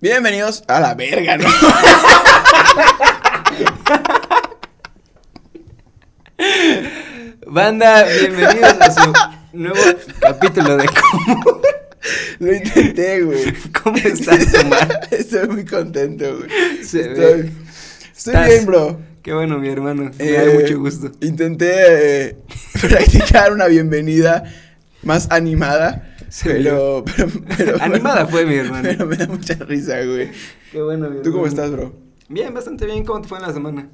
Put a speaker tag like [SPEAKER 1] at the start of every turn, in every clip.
[SPEAKER 1] Bienvenidos a la verga, ¿no?
[SPEAKER 2] Banda, bienvenidos a su nuevo capítulo de cómo,
[SPEAKER 1] Lo intenté, güey.
[SPEAKER 2] cómo estás, Omar.
[SPEAKER 1] Estoy muy contento, güey.
[SPEAKER 2] Se
[SPEAKER 1] Estoy,
[SPEAKER 2] ve.
[SPEAKER 1] estoy
[SPEAKER 2] Estás-
[SPEAKER 1] bien, bro.
[SPEAKER 2] Qué bueno, mi hermano. Me da
[SPEAKER 1] Eh,
[SPEAKER 2] mucho gusto.
[SPEAKER 1] Intenté eh, practicar una bienvenida más animada.
[SPEAKER 2] Se
[SPEAKER 1] Pero, pero, pero-
[SPEAKER 2] Animada fue, mi hermano.
[SPEAKER 1] Pero me da mucha risa, güey.
[SPEAKER 2] Qué bueno, mi hermano.
[SPEAKER 1] ¿Tú cómo estás, bro?
[SPEAKER 2] Bien, bastante bien. ¿Cómo te fue en la semana?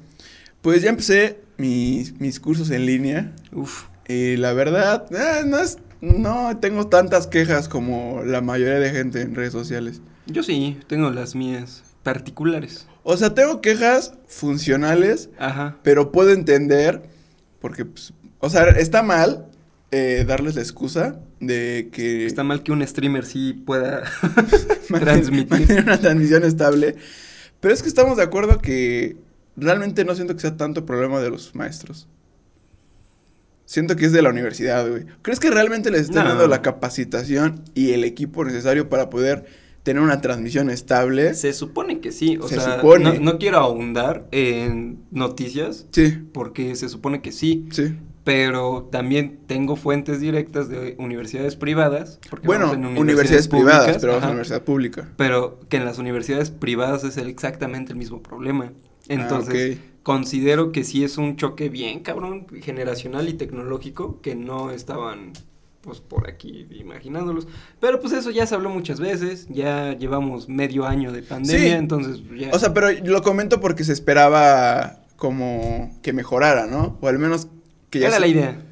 [SPEAKER 1] Pues ya empecé mis, mis cursos en línea.
[SPEAKER 2] Uf.
[SPEAKER 1] Y la verdad, eh, no, es, no tengo tantas quejas como la mayoría de gente en redes sociales.
[SPEAKER 2] Yo sí, tengo las mías particulares.
[SPEAKER 1] O sea, tengo quejas funcionales,
[SPEAKER 2] Ajá.
[SPEAKER 1] pero puedo entender, porque, pues, o sea, está mal eh, darles la excusa de que...
[SPEAKER 2] Está mal que un streamer sí pueda
[SPEAKER 1] manten-
[SPEAKER 2] transmitir.
[SPEAKER 1] mantener una transmisión estable. Pero es que estamos de acuerdo que realmente no siento que sea tanto problema de los maestros. Siento que es de la universidad, güey. ¿Crees que realmente les están
[SPEAKER 2] No.
[SPEAKER 1] dando la capacitación y el equipo necesario para poder tener una transmisión estable?
[SPEAKER 2] Se supone que sí. O
[SPEAKER 1] Se
[SPEAKER 2] sea,
[SPEAKER 1] supone.
[SPEAKER 2] No, no quiero ahondar en noticias
[SPEAKER 1] Sí,
[SPEAKER 2] porque se supone que sí.
[SPEAKER 1] sí.
[SPEAKER 2] pero también tengo fuentes directas de universidades privadas. porque
[SPEAKER 1] Bueno,
[SPEAKER 2] vamos en
[SPEAKER 1] universidades, privadas,
[SPEAKER 2] públicas,
[SPEAKER 1] pero vamos a
[SPEAKER 2] ajá,
[SPEAKER 1] universidad pública. Ah,
[SPEAKER 2] pero que en las universidades privadas es el- exactamente el mismo problema.
[SPEAKER 1] Ah,
[SPEAKER 2] Entonces,
[SPEAKER 1] ok.
[SPEAKER 2] considero que sí es un choque bien cabrón, generacional y tecnológico, que no estaban pues por aquí imaginándolos. Pero pues eso ya se habló muchas veces, ya llevamos medio año de pandemia,
[SPEAKER 1] Sí.
[SPEAKER 2] entonces pues, ya...
[SPEAKER 1] O sea, pero lo comento porque se esperaba como que mejorara, ¿no? O al menos que ya
[SPEAKER 2] era
[SPEAKER 1] se-
[SPEAKER 2] la idea.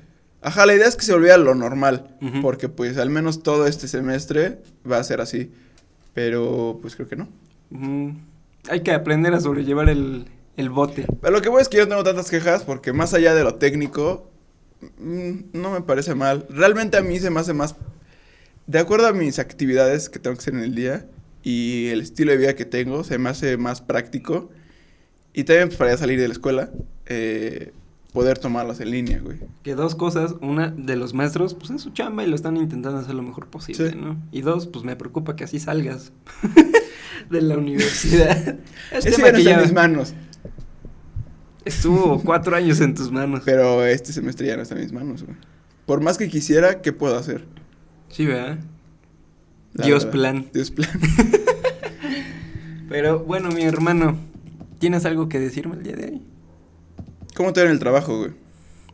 [SPEAKER 1] Ajá, la idea es que se volviera lo normal,
[SPEAKER 2] Ujú.
[SPEAKER 1] porque pues al menos todo este semestre va a ser así, pero pues creo que no.
[SPEAKER 2] Ujú. Hay que aprender a sobrellevar el, el bote.
[SPEAKER 1] A lo que voy es que yo no tengo tantas quejas, porque más allá de lo técnico, mm, no me parece mal. Realmente a mí se me hace más, de acuerdo a mis actividades que tengo que hacer en el día y el estilo de vida que tengo, se me hace más práctico. Y también pues, para ya salir de la escuela, eh, poder tomarlas en línea, güey.
[SPEAKER 2] Que dos cosas, una de los maestros, pues es su chamba y lo están intentando hacer lo mejor posible,
[SPEAKER 1] Sí.
[SPEAKER 2] ¿no? Y dos, pues me preocupa que así salgas de la universidad. Es
[SPEAKER 1] Ese
[SPEAKER 2] tema
[SPEAKER 1] ya no
[SPEAKER 2] que
[SPEAKER 1] está en
[SPEAKER 2] ya
[SPEAKER 1] mis manos,
[SPEAKER 2] estuvo cuatro años en tus manos.
[SPEAKER 1] pero este semestre ya no está en mis manos, güey. Por más que quisiera, ¿qué puedo hacer?
[SPEAKER 2] Sí, ¿verdad?
[SPEAKER 1] La
[SPEAKER 2] Dios
[SPEAKER 1] verdad.
[SPEAKER 2] plan.
[SPEAKER 1] Dios plan.
[SPEAKER 2] Pero bueno, mi hermano, ¿tienes algo que decirme el día de hoy?
[SPEAKER 1] ¿Cómo te va en el trabajo, güey?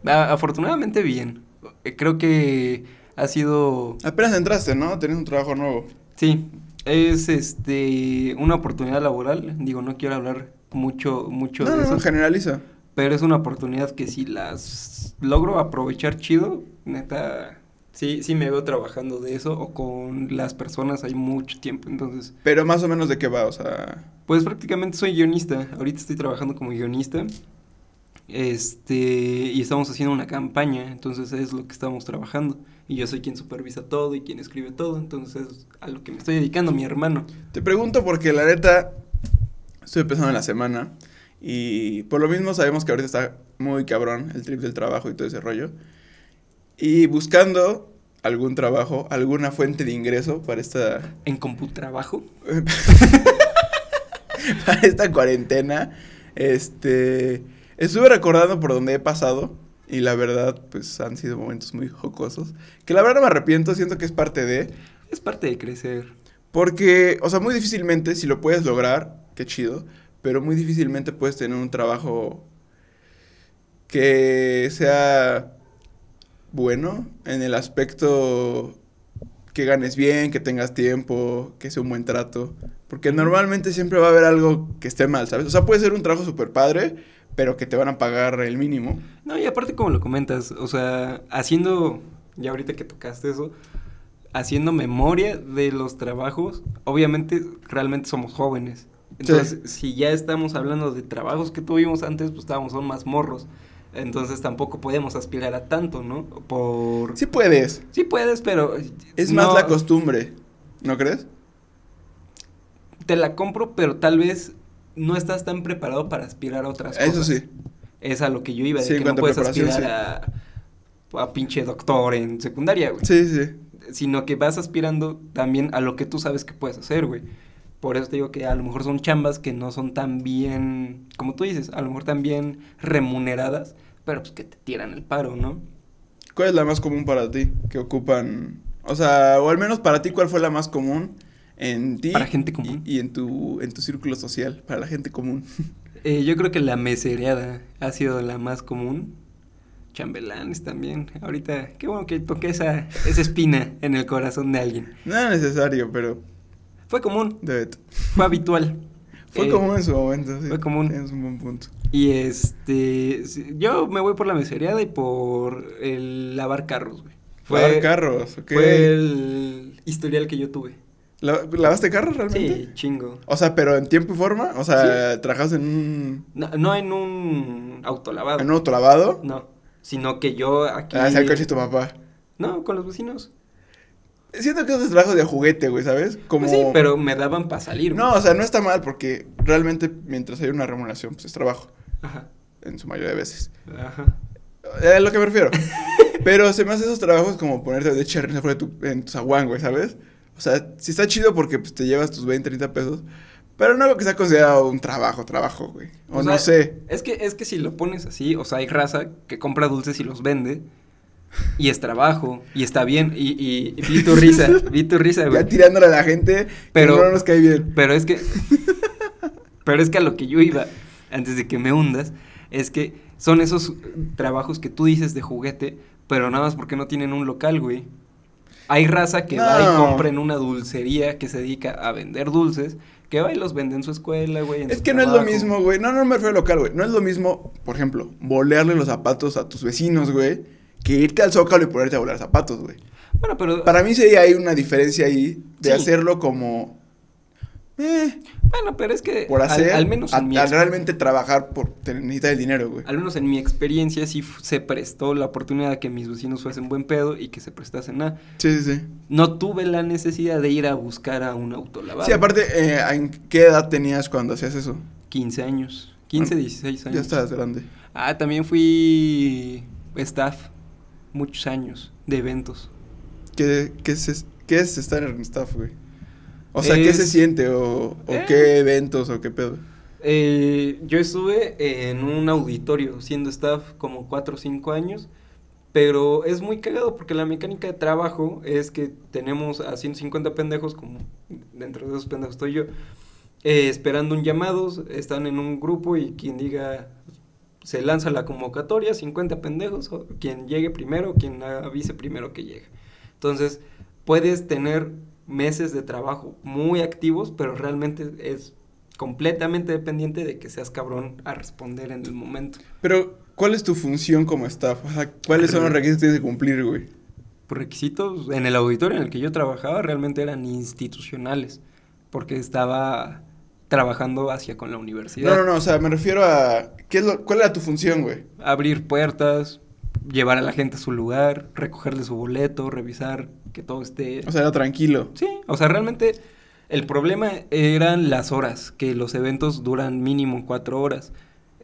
[SPEAKER 2] A- Ah, afortunadamente bien. Eh, Creo que ha sido
[SPEAKER 1] Apenas entraste, ¿no? Tenés un trabajo nuevo.
[SPEAKER 2] Sí, es este una oportunidad laboral, digo, no quiero hablar mucho mucho
[SPEAKER 1] No,
[SPEAKER 2] de
[SPEAKER 1] no,
[SPEAKER 2] eso.
[SPEAKER 1] no, generaliza.
[SPEAKER 2] Pero es una oportunidad que si las logro aprovechar chido, neta, sí, sí me veo trabajando de eso o con las personas hay mucho tiempo. Entonces,
[SPEAKER 1] Pero más o menos de qué va, o sea...
[SPEAKER 2] pues prácticamente soy guionista. Ahorita estoy trabajando como guionista. Este, y estamos haciendo una campaña, entonces es lo que estamos trabajando. Y yo soy quien supervisa todo y quien escribe todo, entonces es a lo que me estoy dedicando, mi hermano.
[SPEAKER 1] Te pregunto porque la neta, estoy empezando en la semana y por lo mismo sabemos que ahorita está muy cabrón el trip del trabajo y todo ese rollo. Y buscando algún trabajo, alguna fuente de ingreso para esta...
[SPEAKER 2] En computrabajo.
[SPEAKER 1] para esta cuarentena. Este. Estuve recordando por donde he pasado. Y la verdad, pues han sido momentos muy jocosos. Que la verdad no me arrepiento, siento que es parte de.
[SPEAKER 2] Es parte de crecer.
[SPEAKER 1] Porque, o sea, muy difícilmente, si lo puedes lograr, qué chido. Pero muy difícilmente puedes tener un trabajo que sea bueno en el aspecto que ganes bien, que tengas tiempo, que sea un buen trato. Porque normalmente siempre va a haber algo que esté mal, ¿sabes? O sea, puede ser un trabajo súper padre, pero que te van a pagar el mínimo.
[SPEAKER 2] No, y aparte como lo comentas, o sea, haciendo, ya ahorita que tocaste eso, haciendo memoria de los trabajos, obviamente realmente somos jóvenes. Entonces, si ya estamos hablando de trabajos que tuvimos antes, pues estábamos son más morros. Entonces tampoco podemos aspirar a tanto, ¿no? Por... Sí,
[SPEAKER 1] Sí puedes.
[SPEAKER 2] puedes, pero... eh,
[SPEAKER 1] Es más
[SPEAKER 2] no,
[SPEAKER 1] la costumbre, ¿no crees?
[SPEAKER 2] Te la compro, pero tal vez no estás tan preparado para aspirar a otras
[SPEAKER 1] Eso
[SPEAKER 2] cosas.
[SPEAKER 1] sí.
[SPEAKER 2] Es a lo que yo iba, de
[SPEAKER 1] Sí, en
[SPEAKER 2] que no
[SPEAKER 1] cuanto a
[SPEAKER 2] puedes
[SPEAKER 1] preparación,
[SPEAKER 2] aspirar a, a pinche doctor en secundaria, güey.
[SPEAKER 1] Sí, sí.
[SPEAKER 2] Sino que vas aspirando también a lo que tú sabes que puedes hacer, güey. Por eso te digo que a lo mejor son chambas que no son tan bien, como tú dices, a lo mejor tan bien remuneradas, pero pues que te tiran el paro, ¿no?
[SPEAKER 1] ¿Cuál es la más común para ti que ocupan? O sea, o al menos para ti, ¿cuál fue la más común en ti?
[SPEAKER 2] Para gente común.
[SPEAKER 1] Y, y en, tu, en tu círculo social, para la gente común.
[SPEAKER 2] Eh, yo creo que la mesereada ha sido la más común. Chambelanes también. Ahorita, qué bueno que toqué esa, esa espina en el corazón de alguien.
[SPEAKER 1] No era necesario, pero
[SPEAKER 2] Fue común,
[SPEAKER 1] debe. t-
[SPEAKER 2] fue habitual.
[SPEAKER 1] Fue
[SPEAKER 2] Eh,
[SPEAKER 1] común en su momento, sí.
[SPEAKER 2] fue común.
[SPEAKER 1] Tienes un buen punto.
[SPEAKER 2] Y este, sí, yo me voy por la mesereada y por el lavar carros, güey. Fue,
[SPEAKER 1] Lavar carros, ok.
[SPEAKER 2] fue el historial que yo tuve.
[SPEAKER 1] ¿La- ¿Lavaste carros realmente?
[SPEAKER 2] Sí, chingo.
[SPEAKER 1] O sea, pero en tiempo y forma, o sea, trabajas en un,
[SPEAKER 2] No, no en un auto lavado.
[SPEAKER 1] en un autolavado.
[SPEAKER 2] Ah. No, sino que yo aquí...
[SPEAKER 1] Ah, es el coche de tu papá.
[SPEAKER 2] No, con los vecinos.
[SPEAKER 1] Siento que esos trabajos de juguete, güey, ¿sabes? Como...
[SPEAKER 2] Pues sí, pero me daban para salir. güey.
[SPEAKER 1] No, o sea, no está mal porque realmente mientras hay una remuneración, pues es trabajo,
[SPEAKER 2] Ajá,
[SPEAKER 1] en su mayoría de veces.
[SPEAKER 2] ajá.
[SPEAKER 1] Es lo que me refiero. Pero se me hace esos trabajos como ponerte de charrina fuera de tu, en tu zaguán, güey, ¿sabes? O sea, sí está chido porque pues, te llevas tus 20, 30 pesos, pero no lo que sea considerado un trabajo, trabajo, güey. O,
[SPEAKER 2] O
[SPEAKER 1] no
[SPEAKER 2] sea, eh,
[SPEAKER 1] sé.
[SPEAKER 2] Es que, es que si lo pones así, o sea, hay raza que compra dulces y los vende. Y es trabajo, y está bien, y, y- y vi tu risa, vi tu risa, güey.
[SPEAKER 1] Ya tirándole a la gente, pero
[SPEAKER 2] Pero-
[SPEAKER 1] no nos cae bien.
[SPEAKER 2] Pero es que, pero es que a lo que yo iba, antes de que me hundas, es que son esos trabajos que tú dices de juguete, pero nada más porque no tienen un local, güey. Hay raza que va y
[SPEAKER 1] No.
[SPEAKER 2] compra en una dulcería que se dedica a vender dulces, que va y los vende en su escuela, güey. en
[SPEAKER 1] Es
[SPEAKER 2] su
[SPEAKER 1] que no es lo
[SPEAKER 2] trabajo.
[SPEAKER 1] mismo, güey. No, no me refiero al local, güey. No es lo mismo, por ejemplo, bolearle los zapatos a tus vecinos, güey, que irte al zócalo y ponerte a volar zapatos, güey.
[SPEAKER 2] Bueno, pero
[SPEAKER 1] Para mí sí hay una diferencia ahí de
[SPEAKER 2] Sí.
[SPEAKER 1] hacerlo como... Eh,
[SPEAKER 2] Bueno, pero es que
[SPEAKER 1] por
[SPEAKER 2] al-
[SPEAKER 1] hacer,
[SPEAKER 2] al, menos
[SPEAKER 1] a-
[SPEAKER 2] en mi
[SPEAKER 1] a
[SPEAKER 2] ex-
[SPEAKER 1] realmente trabajar por te necesita el dinero, güey.
[SPEAKER 2] al menos en mi experiencia sí f- se prestó la oportunidad de que mis vecinos fuesen buen pedo y que se prestasen a.
[SPEAKER 1] Sí, sí, sí.
[SPEAKER 2] No tuve la necesidad de ir a buscar a un auto lavado.
[SPEAKER 1] Sí, aparte, eh, ¿en qué edad tenías cuando hacías eso?
[SPEAKER 2] 15 años. 15,
[SPEAKER 1] Bueno,
[SPEAKER 2] 16 años.
[SPEAKER 1] Ah, Ya estabas grande.
[SPEAKER 2] Ah, también fui staff muchos años de eventos.
[SPEAKER 1] ¿Qué, qué, es, qué es estar en staff, güey? O sea, ¿qué
[SPEAKER 2] Es-
[SPEAKER 1] se siente? ¿O, o
[SPEAKER 2] Eh.
[SPEAKER 1] qué eventos? ¿O qué pedo?
[SPEAKER 2] Eh, yo estuve en un auditorio siendo staff como 4 o 5 años, pero es muy cagado porque la mecánica de trabajo es que tenemos a 150 pendejos, como dentro de esos pendejos estoy yo, eh, esperando un llamado, están en un grupo y quien diga, se lanza la convocatoria, 50 pendejos, o quien llegue primero, quien avise primero que llegue. Entonces, puedes tener meses de trabajo muy activos, pero realmente es completamente dependiente de que seas cabrón a responder en el momento.
[SPEAKER 1] Pero, ¿cuál es tu función como staff? O sea, ¿cuáles son los requisitos que tienes que cumplir, güey?
[SPEAKER 2] Por requisitos, en el auditorio en el que yo trabajaba realmente eran institucionales, porque estaba trabajando hacia con la
[SPEAKER 1] No,
[SPEAKER 2] universidad.
[SPEAKER 1] no, no, o sea, me refiero a... ¿qué es lo- ¿Cuál era tu función, güey?
[SPEAKER 2] Abrir puertas, llevar a la gente a su lugar, recogerle su boleto, revisar que todo esté...
[SPEAKER 1] O sea, era tranquilo.
[SPEAKER 2] Sí, o sea, realmente el problema eran las horas, que los eventos duran mínimo cuatro horas,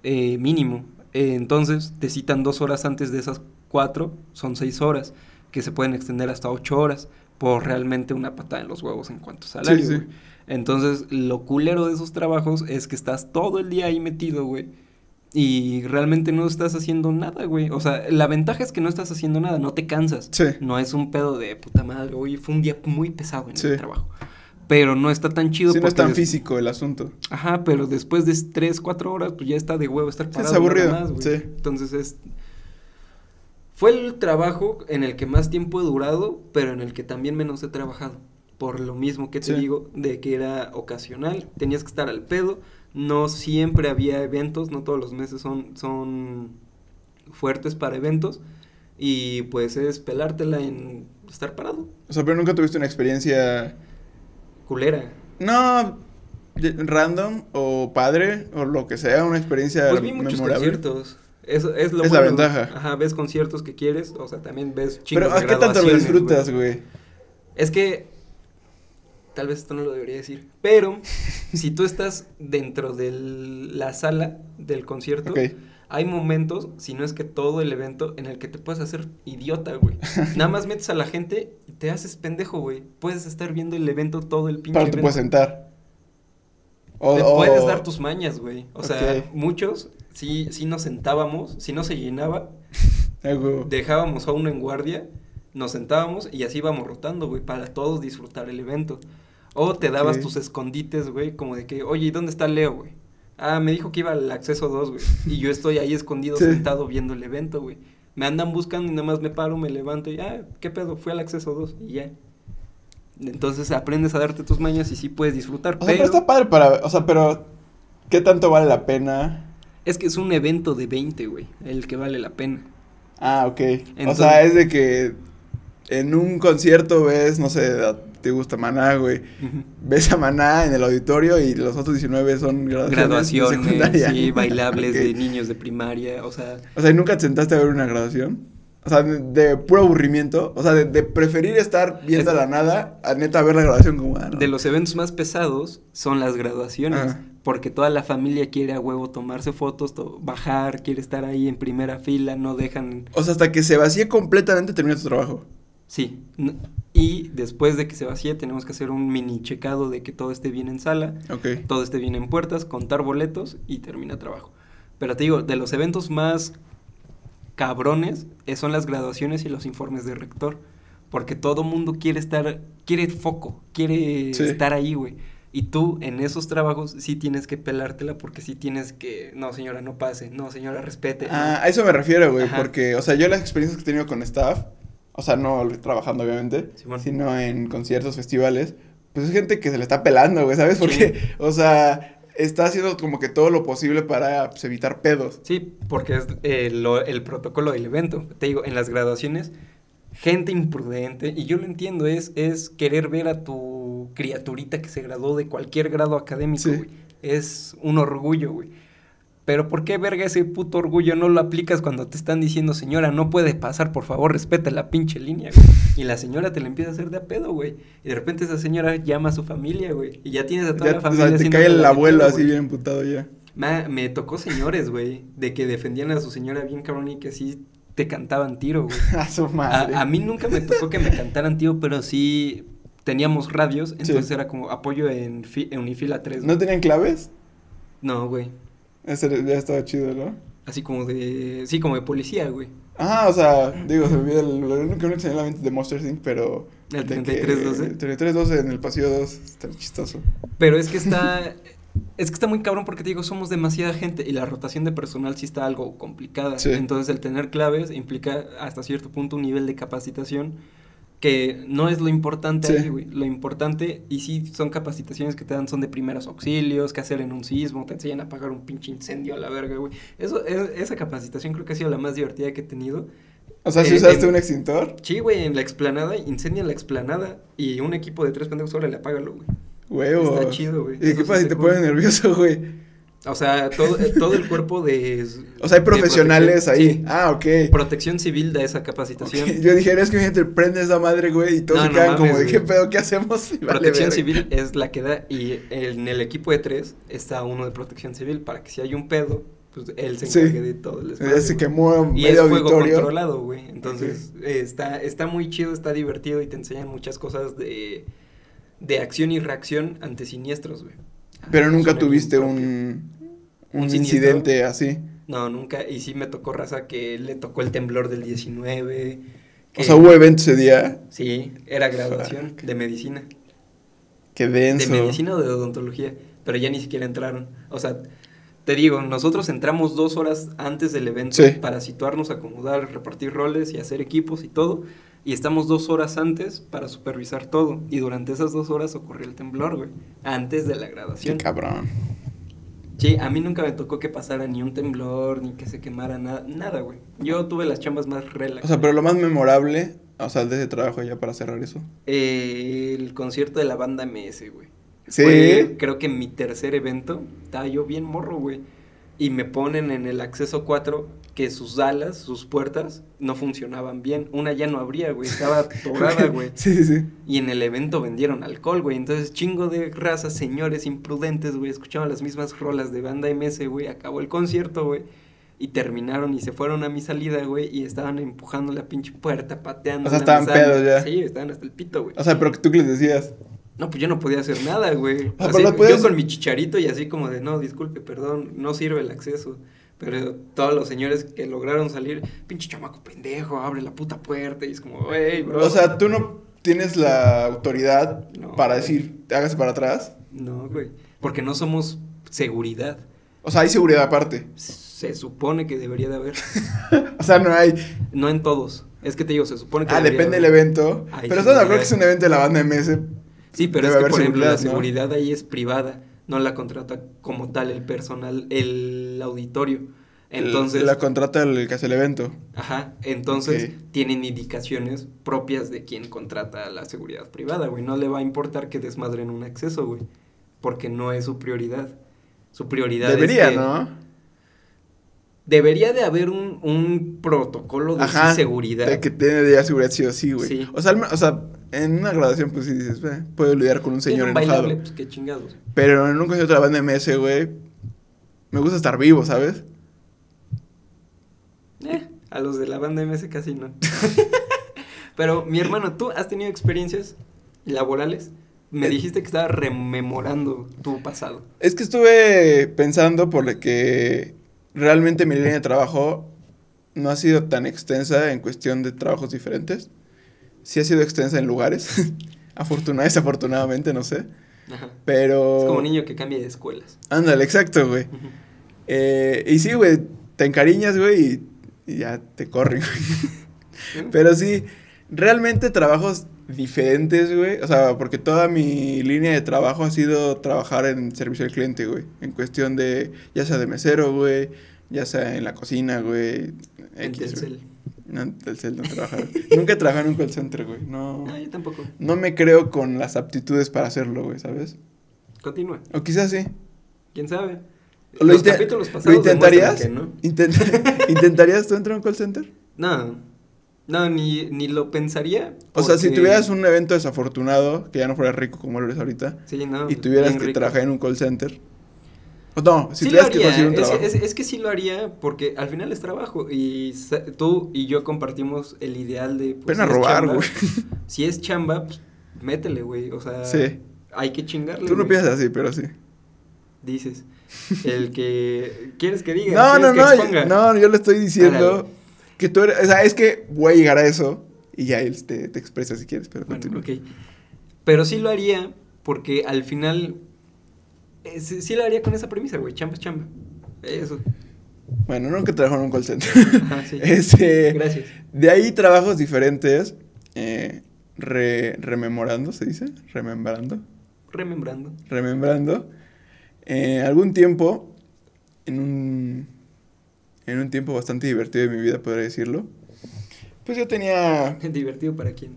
[SPEAKER 2] eh, mínimo. Eh, entonces te citan dos horas antes de esas cuatro, son seis horas, que se pueden extender hasta ocho horas por realmente una patada en los huevos en cuanto a salario.
[SPEAKER 1] sí.
[SPEAKER 2] güey. Entonces, lo culero de esos trabajos es que estás todo el día ahí metido, güey. Y realmente no estás haciendo nada, güey. O sea, la ventaja es que no estás haciendo nada, no te cansas.
[SPEAKER 1] Sí.
[SPEAKER 2] No es un pedo de puta madre, hoy fue un día muy pesado en
[SPEAKER 1] Sí.
[SPEAKER 2] el trabajo. Pero no está tan chido
[SPEAKER 1] Sí, no es
[SPEAKER 2] porque
[SPEAKER 1] tan
[SPEAKER 2] des-
[SPEAKER 1] físico el asunto.
[SPEAKER 2] Ajá, pero después de 3, 4 horas, pues ya está de huevo estar
[SPEAKER 1] es
[SPEAKER 2] parado.
[SPEAKER 1] aburrido,
[SPEAKER 2] nada más, güey.
[SPEAKER 1] sí.
[SPEAKER 2] Entonces es... Fue el trabajo en el que más tiempo he durado, pero en el que también menos he trabajado. Por lo mismo que te
[SPEAKER 1] Sí.
[SPEAKER 2] digo, de que era ocasional, tenías que estar al pedo, no siempre había eventos, no todos los meses son, son fuertes para eventos, y pues es pelártela en estar parado,
[SPEAKER 1] O sea, pero nunca tuviste una experiencia...
[SPEAKER 2] culera.
[SPEAKER 1] No, de- random o padre o lo que sea, una experiencia
[SPEAKER 2] Pues vi muchos
[SPEAKER 1] memorable.
[SPEAKER 2] conciertos. Eso es lo
[SPEAKER 1] Es la
[SPEAKER 2] bueno.
[SPEAKER 1] ventaja.
[SPEAKER 2] Ajá, ves conciertos que quieres, o sea, también ves chicos
[SPEAKER 1] Pero ¿a qué tanto lo disfrutas, güey?
[SPEAKER 2] Es que tal vez esto no lo debería decir, pero si tú estás dentro de la sala del concierto,
[SPEAKER 1] Ok.
[SPEAKER 2] hay momentos, si no es que todo el evento, en el que te puedes hacer idiota, güey. Nada más metes a la gente y te haces pendejo, güey. Puedes estar viendo el evento todo el pinche
[SPEAKER 1] Para te
[SPEAKER 2] evento.
[SPEAKER 1] puedes sentar.
[SPEAKER 2] O, te
[SPEAKER 1] o-
[SPEAKER 2] puedes dar tus mañas, güey. O sea,
[SPEAKER 1] Ok.
[SPEAKER 2] muchos sí, sí nos sentábamos, si no se llenaba,
[SPEAKER 1] Ah, güey.
[SPEAKER 2] dejábamos a uno en guardia, nos sentábamos y así íbamos rotando, güey, para todos disfrutar el evento. O te dabas
[SPEAKER 1] Ok.
[SPEAKER 2] tus escondites, güey, como de que, oye, ¿y dónde está Leo, güey? Ah, me dijo que iba al acceso 2, güey. Y yo estoy ahí escondido,
[SPEAKER 1] Sí.
[SPEAKER 2] sentado, viendo el evento, güey. Me andan buscando y nada más me paro, me levanto y, ah, ¿qué pedo? Fui al acceso 2 y ya. Entonces aprendes a darte tus mañas y sí puedes disfrutar.
[SPEAKER 1] O sea, pero
[SPEAKER 2] pero
[SPEAKER 1] está padre para... O sea, pero... ¿Qué tanto vale la pena?
[SPEAKER 2] es que es un evento de 20, güey, el que vale la pena.
[SPEAKER 1] Ah, ok. o
[SPEAKER 2] Entonces-
[SPEAKER 1] sea, es de que... En un concierto ves, no sé, a- te gusta Maná, güey.
[SPEAKER 2] Ujú.
[SPEAKER 1] Ves a Maná en el auditorio y los otros 19 son graduaciones, de
[SPEAKER 2] graduaciones,
[SPEAKER 1] secundaria.
[SPEAKER 2] sí, bailables
[SPEAKER 1] Ok.
[SPEAKER 2] de niños de primaria, o sea,
[SPEAKER 1] O sea, ¿y nunca te sentaste a ver una graduación? O sea, de, de puro aburrimiento. O sea, de, de preferir estar viendo
[SPEAKER 2] Es-
[SPEAKER 1] la nada a neta ver la graduación como... ah, no.
[SPEAKER 2] de los eventos más pesados son las graduaciones,
[SPEAKER 1] Ajá.
[SPEAKER 2] porque toda la familia quiere a huevo tomarse fotos, to- bajar, quiere estar ahí en primera fila, no dejan,
[SPEAKER 1] O sea, hasta que se vacíe completamente termina tu trabajo.
[SPEAKER 2] sí, n- y después de que se vacíe tenemos que hacer un mini checado de que todo esté bien en sala,
[SPEAKER 1] Ok.
[SPEAKER 2] todo esté bien en puertas, contar boletos y termina trabajo. Pero te digo, de los eventos más cabrones eh, son las graduaciones y los informes de rector, porque todo mundo quiere estar, quiere foco, quiere
[SPEAKER 1] Sí.
[SPEAKER 2] estar ahí, güey. Y tú en esos trabajos sí tienes que pelártela porque sí tienes que, no señora, no pase, no señora, respete. no".
[SPEAKER 1] Ah, a eso me refiero, güey,
[SPEAKER 2] Este, Ajá.
[SPEAKER 1] porque, o sea, yo las experiencias que he tenido con staff, o sea, no trabajando obviamente,
[SPEAKER 2] Simón.
[SPEAKER 1] sino en conciertos, festivales, pues es gente que se le está pelando, güey, ¿sabes? Porque, o sea, está haciendo como que todo lo posible para pues, evitar pedos.
[SPEAKER 2] Sí, porque es eh, lo- el protocolo del evento. Te digo, en las graduaciones, gente imprudente, y yo lo entiendo, es, es querer ver a tu criaturita que se graduó de cualquier grado académico,
[SPEAKER 1] Sí.
[SPEAKER 2] güey. Es un orgullo, güey. Pero ¿por qué, verga, ese puto orgullo no lo aplicas cuando te están diciendo, señora, no puede pasar, por favor, respete la pinche línea, güey? Y la señora te la empieza a hacer de a pedo, güey. Y de repente esa señora llama a su familia, güey. Y ya tienes a toda
[SPEAKER 1] Ya,
[SPEAKER 2] la
[SPEAKER 1] o
[SPEAKER 2] familia.
[SPEAKER 1] sea, te cae
[SPEAKER 2] haciéndole
[SPEAKER 1] el
[SPEAKER 2] la de
[SPEAKER 1] abuelo
[SPEAKER 2] pedo,
[SPEAKER 1] así
[SPEAKER 2] güey.
[SPEAKER 1] bien emputado ya.
[SPEAKER 2] Ma, me tocó señores, güey, de que defendían a su señora bien cabrón y que así te cantaban tiro, güey.
[SPEAKER 1] A su madre.
[SPEAKER 2] A, a mí nunca me tocó que me cantaran tiro, pero sí teníamos radios, entonces
[SPEAKER 1] Sí.
[SPEAKER 2] era como apoyo en, fi- en Unifila 3.
[SPEAKER 1] ¿No tenían claves?
[SPEAKER 2] No, güey.
[SPEAKER 1] Ese ya estaba chido, ¿no?
[SPEAKER 2] Así como de... Sí, como de policía, güey.
[SPEAKER 1] Ah, o sea, digo, se me olvidó el, lo único que me tenía en la mente de Monster Inc., pero...
[SPEAKER 2] El
[SPEAKER 1] de que- eh,
[SPEAKER 2] 33-12.
[SPEAKER 1] El 33-12 en el pasillo 2, está chistoso.
[SPEAKER 2] Pero es que está... Es que está muy cabrón porque te digo, somos demasiada gente y la rotación de personal sí está algo complicada.
[SPEAKER 1] Sí.
[SPEAKER 2] Entonces el tener claves implica hasta cierto punto un nivel de capacitación que no es lo importante
[SPEAKER 1] Sí.
[SPEAKER 2] ahí, güey. Lo importante, y sí son capacitaciones que te dan, son de primeros auxilios, qué hacer en un sismo, te enseñan a apagar un pinche incendio a la verga, güey. Eso, es- esa capacitación creo que ha sido la más divertida que he tenido.
[SPEAKER 1] O sea, si
[SPEAKER 2] Eh,
[SPEAKER 1] usaste
[SPEAKER 2] en-
[SPEAKER 1] un extintor,
[SPEAKER 2] Sí, güey, en la explanada, incendia en la explanada y un equipo de tres pendejos, le apágalo, güey.
[SPEAKER 1] huevo.
[SPEAKER 2] Está chido, güey.
[SPEAKER 1] ¿Y
[SPEAKER 2] Eso
[SPEAKER 1] qué
[SPEAKER 2] sí
[SPEAKER 1] pasa si
[SPEAKER 2] está
[SPEAKER 1] te
[SPEAKER 2] cool.
[SPEAKER 1] pones nervioso, güey?
[SPEAKER 2] O sea, todo, eh, todo el cuerpo de...
[SPEAKER 1] O sea, hay
[SPEAKER 2] de
[SPEAKER 1] profesionales
[SPEAKER 2] protección-
[SPEAKER 1] ahí.
[SPEAKER 2] sí,
[SPEAKER 1] Ah, ok.
[SPEAKER 2] protección civil da esa
[SPEAKER 1] Ok,
[SPEAKER 2] capacitación.
[SPEAKER 1] Yo dije, es que gente prende esa madre, güey, y todos
[SPEAKER 2] No,
[SPEAKER 1] se
[SPEAKER 2] no
[SPEAKER 1] quedan como de
[SPEAKER 2] mames,
[SPEAKER 1] qué
[SPEAKER 2] güey.
[SPEAKER 1] pedo, ¿qué hacemos? Y vale
[SPEAKER 2] protección
[SPEAKER 1] verga.
[SPEAKER 2] civil es la que da y en el equipo de tres está uno de protección civil para que si hay un pedo, pues él se
[SPEAKER 1] Sí.
[SPEAKER 2] encargue de todo el
[SPEAKER 1] Ya
[SPEAKER 2] desmadre,
[SPEAKER 1] se
[SPEAKER 2] güey.
[SPEAKER 1] quemó
[SPEAKER 2] Y es
[SPEAKER 1] medio
[SPEAKER 2] fuego
[SPEAKER 1] auditorio.
[SPEAKER 2] controlado, güey. Entonces, eh, está, está muy chido, está divertido y te enseñan muchas cosas de, de acción y reacción ante siniestros, güey.
[SPEAKER 1] Pero nunca
[SPEAKER 2] Suena bien
[SPEAKER 1] tuviste
[SPEAKER 2] propio.
[SPEAKER 1] un, un
[SPEAKER 2] ¿Un siniestro?
[SPEAKER 1] incidente así.
[SPEAKER 2] No, nunca. Y sí me tocó raza que le tocó el temblor del 19.
[SPEAKER 1] O
[SPEAKER 2] que-
[SPEAKER 1] sea, hubo eventos ese día.
[SPEAKER 2] Sí, era graduación de medicina.
[SPEAKER 1] Qué denso.
[SPEAKER 2] De medicina o de odontología, pero ya ni siquiera entraron. O sea, te digo, nosotros entramos dos horas antes del evento
[SPEAKER 1] Sí.
[SPEAKER 2] para situarnos, acomodar, repartir roles y hacer equipos y todo. Y estamos dos horas antes para supervisar todo. Y durante esas dos horas ocurrió el temblor, güey. Antes de la
[SPEAKER 1] Qué
[SPEAKER 2] graduación.
[SPEAKER 1] cabrón.
[SPEAKER 2] Sí, a mí nunca me tocó que pasara ni un temblor, ni que se quemara nada, nada, güey. Yo tuve las chambas más relax.
[SPEAKER 1] O sea, pero lo más memorable, o sea, de ese trabajo ya para cerrar eso.
[SPEAKER 2] Eh, el concierto de la banda MS, güey.
[SPEAKER 1] Sí.
[SPEAKER 2] Fue, creo que mi tercer evento. Estaba yo bien morro, güey. Y me ponen en el acceso 4 que sus alas, sus puertas, no funcionaban bien. Una ya no abría, güey. Estaba atorada, güey.
[SPEAKER 1] Sí, sí, sí.
[SPEAKER 2] Y en el evento vendieron alcohol, güey. Entonces, chingo de razas, señores imprudentes, güey. Escuchaban las mismas rolas de banda MS, güey. Acabó el concierto, güey. Y terminaron y se fueron a mi salida, güey. Y estaban empujando la pinche puerta,
[SPEAKER 1] O
[SPEAKER 2] pateando.
[SPEAKER 1] sea,
[SPEAKER 2] la
[SPEAKER 1] estaban
[SPEAKER 2] mesana.
[SPEAKER 1] pedos ya.
[SPEAKER 2] Sí, estaban hasta el pito, güey.
[SPEAKER 1] O sea, pero tú que les decías.
[SPEAKER 2] No, pues yo no podía hacer nada, güey.
[SPEAKER 1] Ah,
[SPEAKER 2] Así,
[SPEAKER 1] pero no puedes-
[SPEAKER 2] Yo con mi chicharito y así como de, no, disculpe, perdón, no sirve el acceso. Pero todos los señores que lograron salir, pinche chamaco pendejo, abre la puta puerta y es como, güey, bro.
[SPEAKER 1] O sea, tú no tienes la autoridad
[SPEAKER 2] No.
[SPEAKER 1] para decir, hágase para atrás.
[SPEAKER 2] No, güey, porque no somos seguridad.
[SPEAKER 1] O sea, hay seguridad aparte.
[SPEAKER 2] Se supone que debería de haber.
[SPEAKER 1] O sea, no hay.
[SPEAKER 2] No en todos. Es que te digo, se supone que
[SPEAKER 1] Ah,
[SPEAKER 2] debería
[SPEAKER 1] depende del
[SPEAKER 2] de haber.
[SPEAKER 1] evento.
[SPEAKER 2] Ay,
[SPEAKER 1] pero
[SPEAKER 2] sí,
[SPEAKER 1] estás de
[SPEAKER 2] sí,
[SPEAKER 1] acuerdo
[SPEAKER 2] sí.
[SPEAKER 1] que es un evento de la banda MS.
[SPEAKER 2] Sí,
[SPEAKER 1] Debe
[SPEAKER 2] pero es que,
[SPEAKER 1] haber
[SPEAKER 2] por ejemplo, la
[SPEAKER 1] seguridad, ¿no?
[SPEAKER 2] seguridad ahí es privada. No la contrata como tal el personal, el auditorio. Entonces,
[SPEAKER 1] La contrata el que hace el evento.
[SPEAKER 2] ajá, entonces
[SPEAKER 1] Ok.
[SPEAKER 2] tienen indicaciones propias de quien contrata la seguridad privada, güey. No le va a importar que desmadren un acceso, güey. Porque no es su prioridad. Su prioridad
[SPEAKER 1] Debería,
[SPEAKER 2] es que
[SPEAKER 1] ¿no?
[SPEAKER 2] debería de haber un, un protocolo de sí seguridad.
[SPEAKER 1] De que tiene ya seguridad sí o sí, güey.
[SPEAKER 2] Sí.
[SPEAKER 1] O, sea, al men- o sea, en una graduación, pues sí dices, "Eh, puedo lidiar con un
[SPEAKER 2] Tiene
[SPEAKER 1] señor
[SPEAKER 2] un
[SPEAKER 1] enojado.
[SPEAKER 2] bailable, pues qué chingados.
[SPEAKER 1] Pero en un concierto de la banda MS, güey, me gusta estar vivo, ¿sabes?
[SPEAKER 2] Eh, a los de la banda MS casi no. Pero mi hermano, ¿tú has tenido experiencias laborales? Me
[SPEAKER 1] Eh.
[SPEAKER 2] dijiste que estabas rememorando tu pasado.
[SPEAKER 1] Es que estuve pensando por lo que realmente mi línea de trabajo no ha sido tan extensa en cuestión de trabajos diferentes. Sí ha sido extensa en lugares. Afortunada, desafortunadamente, no sé.
[SPEAKER 2] Ajá.
[SPEAKER 1] Pero...
[SPEAKER 2] Es como un niño que cambia de escuelas.
[SPEAKER 1] Ándale, exacto, güey.
[SPEAKER 2] Ujú.
[SPEAKER 1] Eh, y sí, güey, te encariñas, güey, y, y ya te corren, güey. Pero sí, realmente trabajos diferentes, güey. O sea, porque toda mi línea de trabajo ha sido trabajar en servicio al cliente, güey. En cuestión de, ya sea de mesero, güey, ya sea en la cocina, güey.
[SPEAKER 2] En
[SPEAKER 1] X, güey.
[SPEAKER 2] Telcel.
[SPEAKER 1] No, en Telcel no trabajaba. Nunca he trabajado en un call center, güey. No,
[SPEAKER 2] No, yo tampoco.
[SPEAKER 1] no me creo con las aptitudes para hacerlo, güey, ¿sabes?
[SPEAKER 2] Continúa.
[SPEAKER 1] O quizás sí.
[SPEAKER 2] ¿Quién sabe?
[SPEAKER 1] ¿Lo
[SPEAKER 2] los
[SPEAKER 1] inte-
[SPEAKER 2] capítulos pasados
[SPEAKER 1] ¿Lo intentarías?
[SPEAKER 2] demuestran que
[SPEAKER 1] Intenta- ¿Intentarías tú entrar a un call center?
[SPEAKER 2] no. No, no ni, ni lo pensaría.
[SPEAKER 1] O sea, si
[SPEAKER 2] porque-
[SPEAKER 1] tuvieras un evento desafortunado, que ya no fueras rico como lo eres ahorita,
[SPEAKER 2] Sí, no,
[SPEAKER 1] y tuvieras
[SPEAKER 2] bien
[SPEAKER 1] que
[SPEAKER 2] rico.
[SPEAKER 1] trabajar en un call center. O no, si
[SPEAKER 2] sí lo
[SPEAKER 1] tuvieras que
[SPEAKER 2] haría,
[SPEAKER 1] conseguir un
[SPEAKER 2] es,
[SPEAKER 1] trabajo.
[SPEAKER 2] es- es que sí lo haría porque al final es trabajo y sa- tú y yo compartimos el ideal de... pues,
[SPEAKER 1] Pena
[SPEAKER 2] si es
[SPEAKER 1] robar,
[SPEAKER 2] chamba-
[SPEAKER 1] güey.
[SPEAKER 2] Si es chamba, pues, métele, güey, o sea...
[SPEAKER 1] Sí.
[SPEAKER 2] Hay que chingarle,
[SPEAKER 1] Tú no
[SPEAKER 2] güey.
[SPEAKER 1] piensas así, pero sí.
[SPEAKER 2] Dices, el que... ¿Quieres que diga?
[SPEAKER 1] No, no,
[SPEAKER 2] ¿Quieres que
[SPEAKER 1] no,
[SPEAKER 2] exponga?
[SPEAKER 1] yo- no, yo le estoy diciendo
[SPEAKER 2] Órale.
[SPEAKER 1] que tú eres, o sea, es que voy a llegar a eso y ya él te, te expresa si quieres, pero
[SPEAKER 2] Bueno,
[SPEAKER 1] continúa.
[SPEAKER 2] ok. Pero sí lo haría porque al final... eh, sí, sí lo haría con esa premisa, güey, chamba es chamba. Eso.
[SPEAKER 1] Bueno, nunca trabajo en un call center.
[SPEAKER 2] Ajá, Ah, sí.
[SPEAKER 1] Este,
[SPEAKER 2] Gracias.
[SPEAKER 1] De ahí trabajos diferentes, eh, re- rememorando, ¿se dice? Remembrando.
[SPEAKER 2] Remembrando.
[SPEAKER 1] remembrando, eh, algún tiempo, en un, en un tiempo bastante divertido de mi vida, podría decirlo, pues yo tenía,
[SPEAKER 2] Divertido para quién.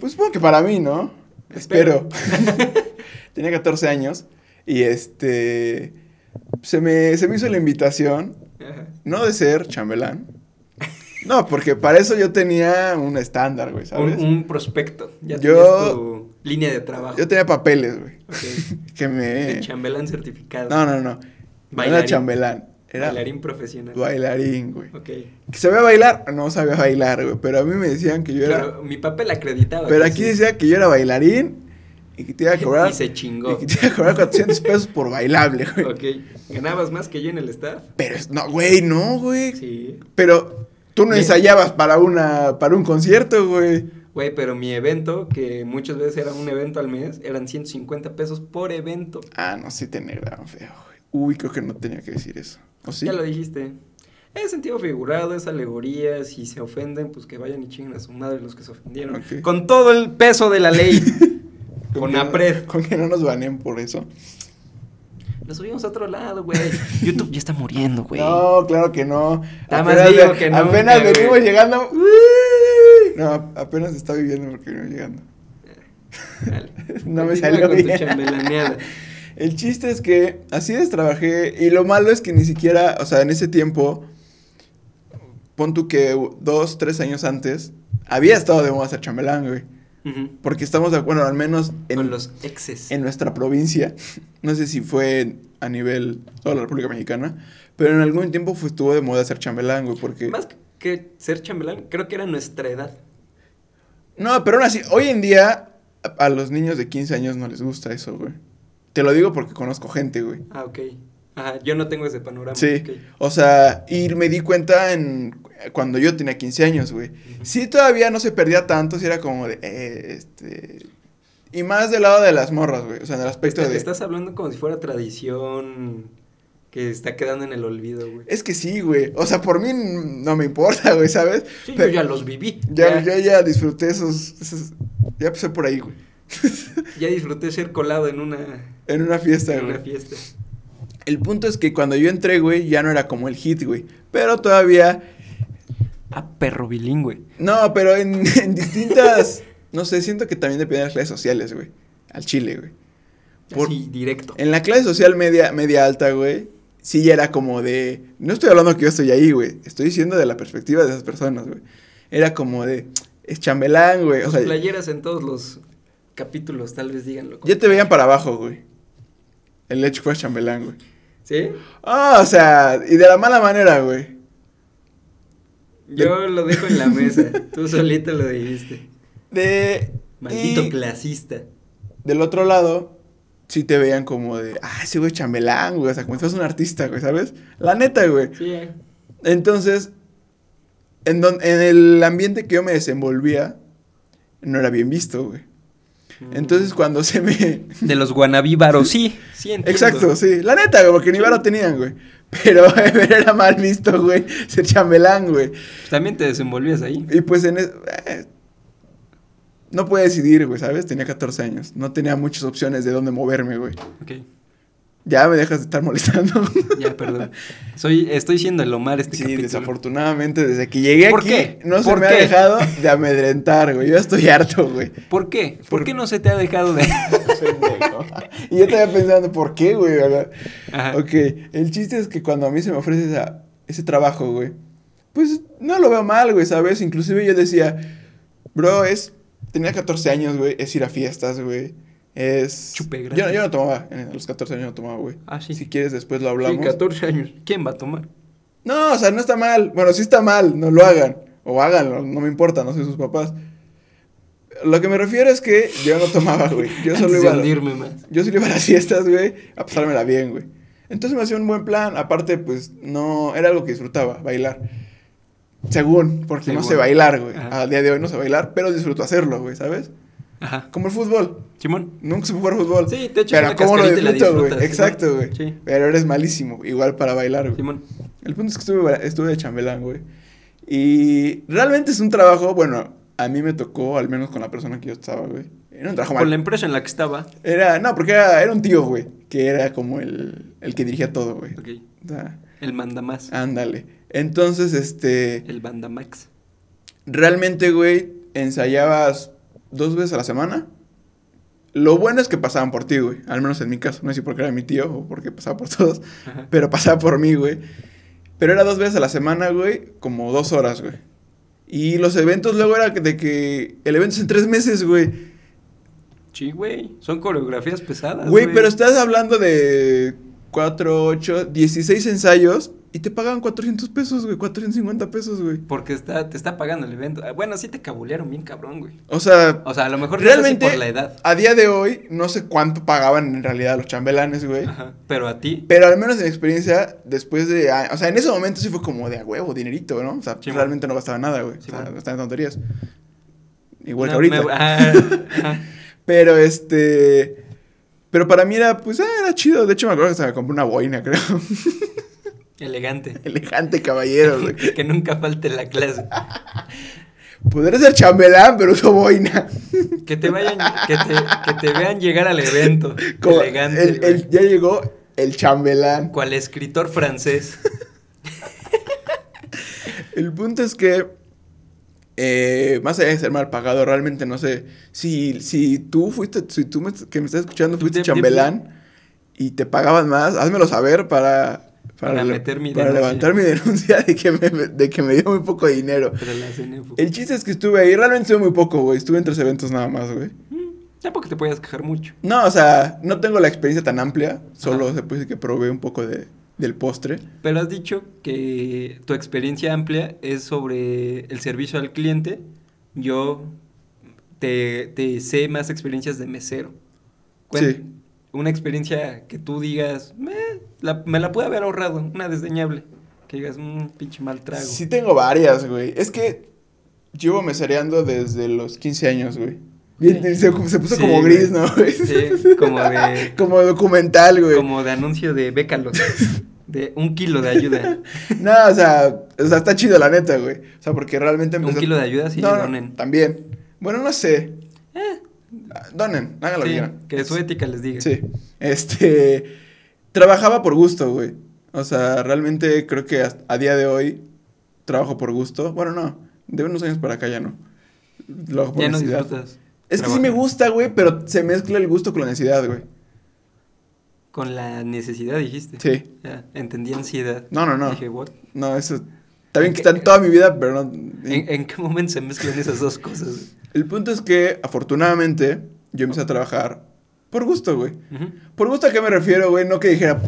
[SPEAKER 1] pues supongo que para mí, ¿no? Espero.
[SPEAKER 2] Espero.
[SPEAKER 1] tenía 14 años y este, se me, se me hizo la invitación,
[SPEAKER 2] Ajá.
[SPEAKER 1] no de ser chambelán, no, porque para eso yo tenía un estándar, güey,
[SPEAKER 2] Un,
[SPEAKER 1] ¿sabes?
[SPEAKER 2] un prospecto. Ya
[SPEAKER 1] Yo-
[SPEAKER 2] tenías tu línea de trabajo.
[SPEAKER 1] Yo tenía papeles, güey,
[SPEAKER 2] Ok.
[SPEAKER 1] que me...
[SPEAKER 2] De chambelán certificado.
[SPEAKER 1] No, no, no. No era
[SPEAKER 2] Bailarín.
[SPEAKER 1] chambelán. Era
[SPEAKER 2] Bailarín profesional.
[SPEAKER 1] Bailarín, güey.
[SPEAKER 2] Ok.
[SPEAKER 1] ¿Que sabía bailar? No sabía bailar, güey. Pero a mí me decían que yo era.
[SPEAKER 2] Pero mi papel acreditaba.
[SPEAKER 1] Pero,
[SPEAKER 2] que
[SPEAKER 1] aquí
[SPEAKER 2] sí.
[SPEAKER 1] decía que yo era bailarín y que te iba a cobrar.
[SPEAKER 2] Y se chingó.
[SPEAKER 1] y que te iba a cobrar 400 pesos por bailable, güey.
[SPEAKER 2] Ok. ¿Ganabas más que yo en el staff?
[SPEAKER 1] Pero es- no, güey, no, güey.
[SPEAKER 2] Sí.
[SPEAKER 1] Pero tú no
[SPEAKER 2] Bien.
[SPEAKER 1] ensayabas para una para un concierto, güey.
[SPEAKER 2] Güey, pero mi evento, que muchas veces era un evento al mes, eran 150 pesos por evento.
[SPEAKER 1] Ah, no, sí te negraban feo, güey. Uy, creo que no tenía que decir eso. ¿O sí?
[SPEAKER 2] Ya lo dijiste. Es sentido figurado, es alegoría. Si se ofenden, pues que vayan y chinguen a su madre los que se ofendieron.
[SPEAKER 1] Ok.
[SPEAKER 2] Con todo el peso de la ley.
[SPEAKER 1] Con
[SPEAKER 2] con
[SPEAKER 1] que no-
[SPEAKER 2] APRED.
[SPEAKER 1] Con que no nos banen por eso.
[SPEAKER 2] Lo subimos a otro lado, güey. YouTube ya está muriendo, güey.
[SPEAKER 1] No, claro que no.
[SPEAKER 2] Nada más
[SPEAKER 1] Apenas
[SPEAKER 2] digo
[SPEAKER 1] ve-
[SPEAKER 2] que no,
[SPEAKER 1] Apenas
[SPEAKER 2] que-
[SPEAKER 1] venimos llegando. No, ap- apenas está viviendo porque venimos llegando.
[SPEAKER 2] Dale.
[SPEAKER 1] No me
[SPEAKER 2] Continúa
[SPEAKER 1] salió
[SPEAKER 2] con
[SPEAKER 1] bien.
[SPEAKER 2] Tu chambelaneada.
[SPEAKER 1] El chiste es que así es, trabajé. Y lo malo es que ni siquiera, o sea, en ese tiempo, pon tú que u- dos, tres años antes, había estado de moda ser chambelán, güey.
[SPEAKER 2] Ujú.
[SPEAKER 1] Porque estamos de acuerdo, al menos
[SPEAKER 2] Con
[SPEAKER 1] en,
[SPEAKER 2] los exes.
[SPEAKER 1] en nuestra provincia. No sé si fue a nivel toda la República Mexicana, pero en algún tiempo fue, estuvo de moda ser chambelán, güey, porque...
[SPEAKER 2] Más que ser chambelán, creo que era nuestra edad.
[SPEAKER 1] No, pero aún así, hoy en día a, a los niños de 15 años no les gusta eso, güey. Te lo digo porque conozco gente, güey.
[SPEAKER 2] Ah, ok. Ajá, yo no tengo ese panorama.
[SPEAKER 1] Sí.
[SPEAKER 2] ok.
[SPEAKER 1] O sea, y me di cuenta en cuando yo tenía 15 años, güey. Sí, todavía no se perdía tanto, si era como de, eh, este... Y más del lado de las morras, güey. O sea, en el aspecto
[SPEAKER 2] Está-
[SPEAKER 1] de...
[SPEAKER 2] Estás hablando como si fuera tradición que está quedando en el olvido, güey.
[SPEAKER 1] Es que sí, güey. O sea, por mí n- no me importa, güey, ¿sabes?
[SPEAKER 2] Sí,
[SPEAKER 1] Pero
[SPEAKER 2] yo ya los viví.
[SPEAKER 1] Ya,
[SPEAKER 2] ya,
[SPEAKER 1] yo ya disfruté esos, esos- Ya pasé por ahí, güey.
[SPEAKER 2] ya disfruté ser colado en una,
[SPEAKER 1] En una fiesta,
[SPEAKER 2] en
[SPEAKER 1] güey.
[SPEAKER 2] una fiesta.
[SPEAKER 1] El punto es que cuando yo entré, güey, ya no era como el hit, güey. Pero todavía...
[SPEAKER 2] Ah, perro bilingüe.
[SPEAKER 1] No, pero en, en distintas... no sé, siento que también depende de las redes sociales, güey. Al chile, güey. Por-
[SPEAKER 2] Así, directo.
[SPEAKER 1] En la clase social media, media alta, güey, sí ya era como de... No estoy hablando que yo estoy ahí, güey. Estoy diciendo de la perspectiva de esas personas, güey. Era como de... Es chambelán, güey. O
[SPEAKER 2] Tus
[SPEAKER 1] sea,
[SPEAKER 2] playeras en todos los capítulos, tal vez díganlo.
[SPEAKER 1] ya te veían para abajo, güey. El hecho fue chambelán, güey.
[SPEAKER 2] ¿Sí?
[SPEAKER 1] Ah, o sea, y de la mala manera, güey.
[SPEAKER 2] Yo lo dejo en la mesa. Tú solito lo dijiste.
[SPEAKER 1] De...
[SPEAKER 2] Maldito
[SPEAKER 1] y
[SPEAKER 2] clasista.
[SPEAKER 1] Del otro lado, sí te veían como de... Ah, ese güey es chambelán, güey. O sea, como si fueras un artista, güey, ¿sabes? La neta, güey.
[SPEAKER 2] Sí, eh.
[SPEAKER 1] Entonces, en, don- en el ambiente que yo me desenvolvía, no era bien visto, güey.
[SPEAKER 2] Mm.
[SPEAKER 1] Entonces, cuando se me...
[SPEAKER 2] De los guanabíbaros, sí. Sí, entiendo.
[SPEAKER 1] Exacto, sí. La neta, güey, porque ni lo tenían, güey. Pero, pero era mal visto, güey. Ser chambelán, güey.
[SPEAKER 2] Pues También te desenvolvías ahí.
[SPEAKER 1] Y pues en... es- eh, no pude decidir, güey, ¿sabes? Tenía 14 años. No tenía muchas opciones de dónde moverme, güey.
[SPEAKER 2] Ok.
[SPEAKER 1] Ya me dejas de estar molestando.
[SPEAKER 2] Ya, perdón. Soy, estoy siendo el Omar este
[SPEAKER 1] Sí,
[SPEAKER 2] capítulo.
[SPEAKER 1] desafortunadamente, desde que llegué
[SPEAKER 2] ¿Por
[SPEAKER 1] aquí,
[SPEAKER 2] qué?
[SPEAKER 1] no se
[SPEAKER 2] ¿Por
[SPEAKER 1] me ha
[SPEAKER 2] qué?
[SPEAKER 1] dejado de amedrentar, güey. Yo estoy harto, güey.
[SPEAKER 2] ¿Por qué? ¿Por,
[SPEAKER 1] Por-
[SPEAKER 2] qué no se te ha dejado de...?
[SPEAKER 1] Pendejo. y yo estaba pensando, ¿por qué, güey? ¿Verdad?
[SPEAKER 2] Ajá.
[SPEAKER 1] Ok, el chiste es que cuando a mí se me ofrece esa- ese trabajo, güey, pues no lo veo mal, güey, ¿sabes? Inclusive yo decía, bro, es... Tenía 14 años, güey, es ir a fiestas, güey. Es...
[SPEAKER 2] Chupe
[SPEAKER 1] yo,
[SPEAKER 2] gratis.
[SPEAKER 1] yo no tomaba, en- a los 14 años no tomaba, güey.
[SPEAKER 2] Ah, sí.
[SPEAKER 1] Si quieres después lo hablamos.
[SPEAKER 2] Sí, 14 años. ¿Quién va a tomar?
[SPEAKER 1] No, o sea, no está mal. Bueno, sí está mal, no lo hagan. O háganlo, no me importa, no soy sus papás. Lo que me refiero es que yo no tomaba, güey. Yo solo
[SPEAKER 2] Antes
[SPEAKER 1] iba
[SPEAKER 2] de
[SPEAKER 1] a,
[SPEAKER 2] hundirme más.
[SPEAKER 1] yo solo iba a las fiestas, güey, a pasármela bien, güey. Entonces me hacía un buen plan. Aparte, pues, no... Era algo que disfrutaba, bailar. Según, porque no
[SPEAKER 2] Según.
[SPEAKER 1] sé bailar, güey.
[SPEAKER 2] Ajá.
[SPEAKER 1] A día de hoy no sé bailar, pero disfruto hacerlo, güey, ¿sabes?
[SPEAKER 2] Ajá.
[SPEAKER 1] Como el fútbol.
[SPEAKER 2] ¿Simón?
[SPEAKER 1] Nunca supe jugar fútbol.
[SPEAKER 2] Sí, te echas
[SPEAKER 1] Pero
[SPEAKER 2] una
[SPEAKER 1] cómo lo
[SPEAKER 2] cascarita y la
[SPEAKER 1] disfruto, güey.
[SPEAKER 2] disfrutas,
[SPEAKER 1] Exacto,
[SPEAKER 2] ¿no?
[SPEAKER 1] güey.
[SPEAKER 2] Sí.
[SPEAKER 1] Pero eres malísimo. Igual para bailar, güey.
[SPEAKER 2] Simón.
[SPEAKER 1] El punto es que estuve, estuve de chambelán, güey. Y realmente es un trabajo, bueno, a mí me tocó, al menos con la persona que yo estaba, güey. Era un trabajo
[SPEAKER 2] Con la
[SPEAKER 1] mal.
[SPEAKER 2] em-, empresa en la que estaba.
[SPEAKER 1] Era, no, porque era, era un tío, güey, que era como el, el que dirigía todo, güey.
[SPEAKER 2] Ok.
[SPEAKER 1] O sea,
[SPEAKER 2] El
[SPEAKER 1] Ah.
[SPEAKER 2] mandamás.
[SPEAKER 1] ándale. Entonces, este,
[SPEAKER 2] El bandamax.
[SPEAKER 1] realmente, güey, ensayabas dos veces a la semana. Lo bueno es que pasaban por ti, güey. Al menos en mi caso. No sé si porque era mi tío o porque pasaba por todos.
[SPEAKER 2] Ajá.
[SPEAKER 1] Pero pasaba por mí, güey. Pero era dos veces a la semana, güey, como dos horas, güey. Y los eventos luego era de que el evento es en tres meses, güey.
[SPEAKER 2] Sí, güey. Son coreografías pesadas,
[SPEAKER 1] Güey, pero estás hablando de 4, 8, 16 ensayos y te pagan 400 pesos, güey, 450 pesos, güey.
[SPEAKER 2] Porque está, te está pagando el evento. Ah, Bueno, sí te cabulearon bien cabrón, güey.
[SPEAKER 1] O sea,
[SPEAKER 2] O sea, a lo mejor no es así
[SPEAKER 1] realmente
[SPEAKER 2] por la edad.
[SPEAKER 1] a día de hoy no sé cuánto pagaban en realidad los chambelanes, güey.
[SPEAKER 2] Ajá. Pero a ti.
[SPEAKER 1] Pero al menos en experiencia, después de... a- O sea, en ese momento sí fue como de a huevo, dinerito, ¿no? O sea,
[SPEAKER 2] Sí, man.
[SPEAKER 1] realmente no gastaba nada, güey.
[SPEAKER 2] Sí,
[SPEAKER 1] o sea,
[SPEAKER 2] man.
[SPEAKER 1] gastaba en tonterías. Igual que
[SPEAKER 2] No,
[SPEAKER 1] ahorita.
[SPEAKER 2] me- ajá, ajá.
[SPEAKER 1] Pero este... Pero para mí era, pues, ah, era chido. De hecho, me acuerdo que hasta me compré una boina, creo.
[SPEAKER 2] Elegante.
[SPEAKER 1] Elegante caballero, güey.
[SPEAKER 2] que nunca falte la clase.
[SPEAKER 1] Podría ser chambelán, pero uso boina.
[SPEAKER 2] Que te vayan, que te, que te vean llegar al evento.
[SPEAKER 1] Como
[SPEAKER 2] elegante.
[SPEAKER 1] el- el-
[SPEAKER 2] güey.
[SPEAKER 1] ya llegó el chambelán.
[SPEAKER 2] Cual escritor francés.
[SPEAKER 1] El punto es que, eh, más allá de ser mal pagado, realmente no sé, si, si tú fuiste, si tú me- que me estás escuchando
[SPEAKER 2] Tú
[SPEAKER 1] fuiste
[SPEAKER 2] te-
[SPEAKER 1] chambelán y te pagaban más, házmelo saber para...
[SPEAKER 2] Para
[SPEAKER 1] le-
[SPEAKER 2] meter mi
[SPEAKER 1] para
[SPEAKER 2] denuncia.
[SPEAKER 1] levantar mi denuncia de que, me, de que me dio muy poco dinero.
[SPEAKER 2] Pero la CNFU.
[SPEAKER 1] El chiste es que estuve ahí, realmente estuve muy poco, güey. Estuve en tres eventos nada más, güey.
[SPEAKER 2] Mm, Tampoco te puedes quejar mucho.
[SPEAKER 1] No, o sea, no tengo la experiencia tan amplia. Solo
[SPEAKER 2] Ajá.
[SPEAKER 1] se puede decir que probé un poco de, del postre.
[SPEAKER 2] Pero has dicho que tu experiencia amplia es sobre el servicio al cliente. Yo te, te sé más experiencias de mesero. Cuen-
[SPEAKER 1] Sí.
[SPEAKER 2] Una experiencia que tú digas, "Meh, la- me la pude haber ahorrado, una desdeñable. Que digas, un pinche mal trago.
[SPEAKER 1] Sí tengo varias, güey. Es que llevo mesereando desde los 15 años, güey. Bien,
[SPEAKER 2] Sí.
[SPEAKER 1] se, se puso
[SPEAKER 2] Sí,
[SPEAKER 1] como gris,
[SPEAKER 2] güey.
[SPEAKER 1] ¿no, güey?
[SPEAKER 2] Sí, como de-
[SPEAKER 1] como documental, güey.
[SPEAKER 2] Como de anuncio de Bécalos. De un kilo de ayuda.
[SPEAKER 1] No, o sea, o sea, está chido la neta, güey. O sea, porque realmente
[SPEAKER 2] Un
[SPEAKER 1] empezó-
[SPEAKER 2] kilo de ayuda, sí,
[SPEAKER 1] No, no,
[SPEAKER 2] donen. Eh.
[SPEAKER 1] También. Bueno, no sé. Ah, Donen, hagan lo que
[SPEAKER 2] Sí,
[SPEAKER 1] quieran.
[SPEAKER 2] que su ética les diga.
[SPEAKER 1] Sí. Este. Trabajaba por gusto, güey. O sea, realmente creo que hasta- a día de hoy trabajo por gusto. Bueno, no. De unos años para acá ya no. Lo hago por
[SPEAKER 2] Ya no
[SPEAKER 1] necesidad.
[SPEAKER 2] disfrutas.
[SPEAKER 1] Es que sí
[SPEAKER 2] Trabajar.
[SPEAKER 1] me gusta, güey, pero se mezcla el gusto con la necesidad, güey.
[SPEAKER 2] Con la necesidad dijiste.
[SPEAKER 1] Sí.
[SPEAKER 2] Ya, entendí ansiedad.
[SPEAKER 1] No, no, no.
[SPEAKER 2] Dije, what?
[SPEAKER 1] No, eso. También que está en toda mi vida, pero no.
[SPEAKER 2] ¿En, en qué momento se mezclan esas dos cosas?
[SPEAKER 1] El punto es que, afortunadamente, yo empecé a trabajar por gusto, güey.
[SPEAKER 2] Ujú.
[SPEAKER 1] Por gusto a qué me refiero, güey, no que dijera,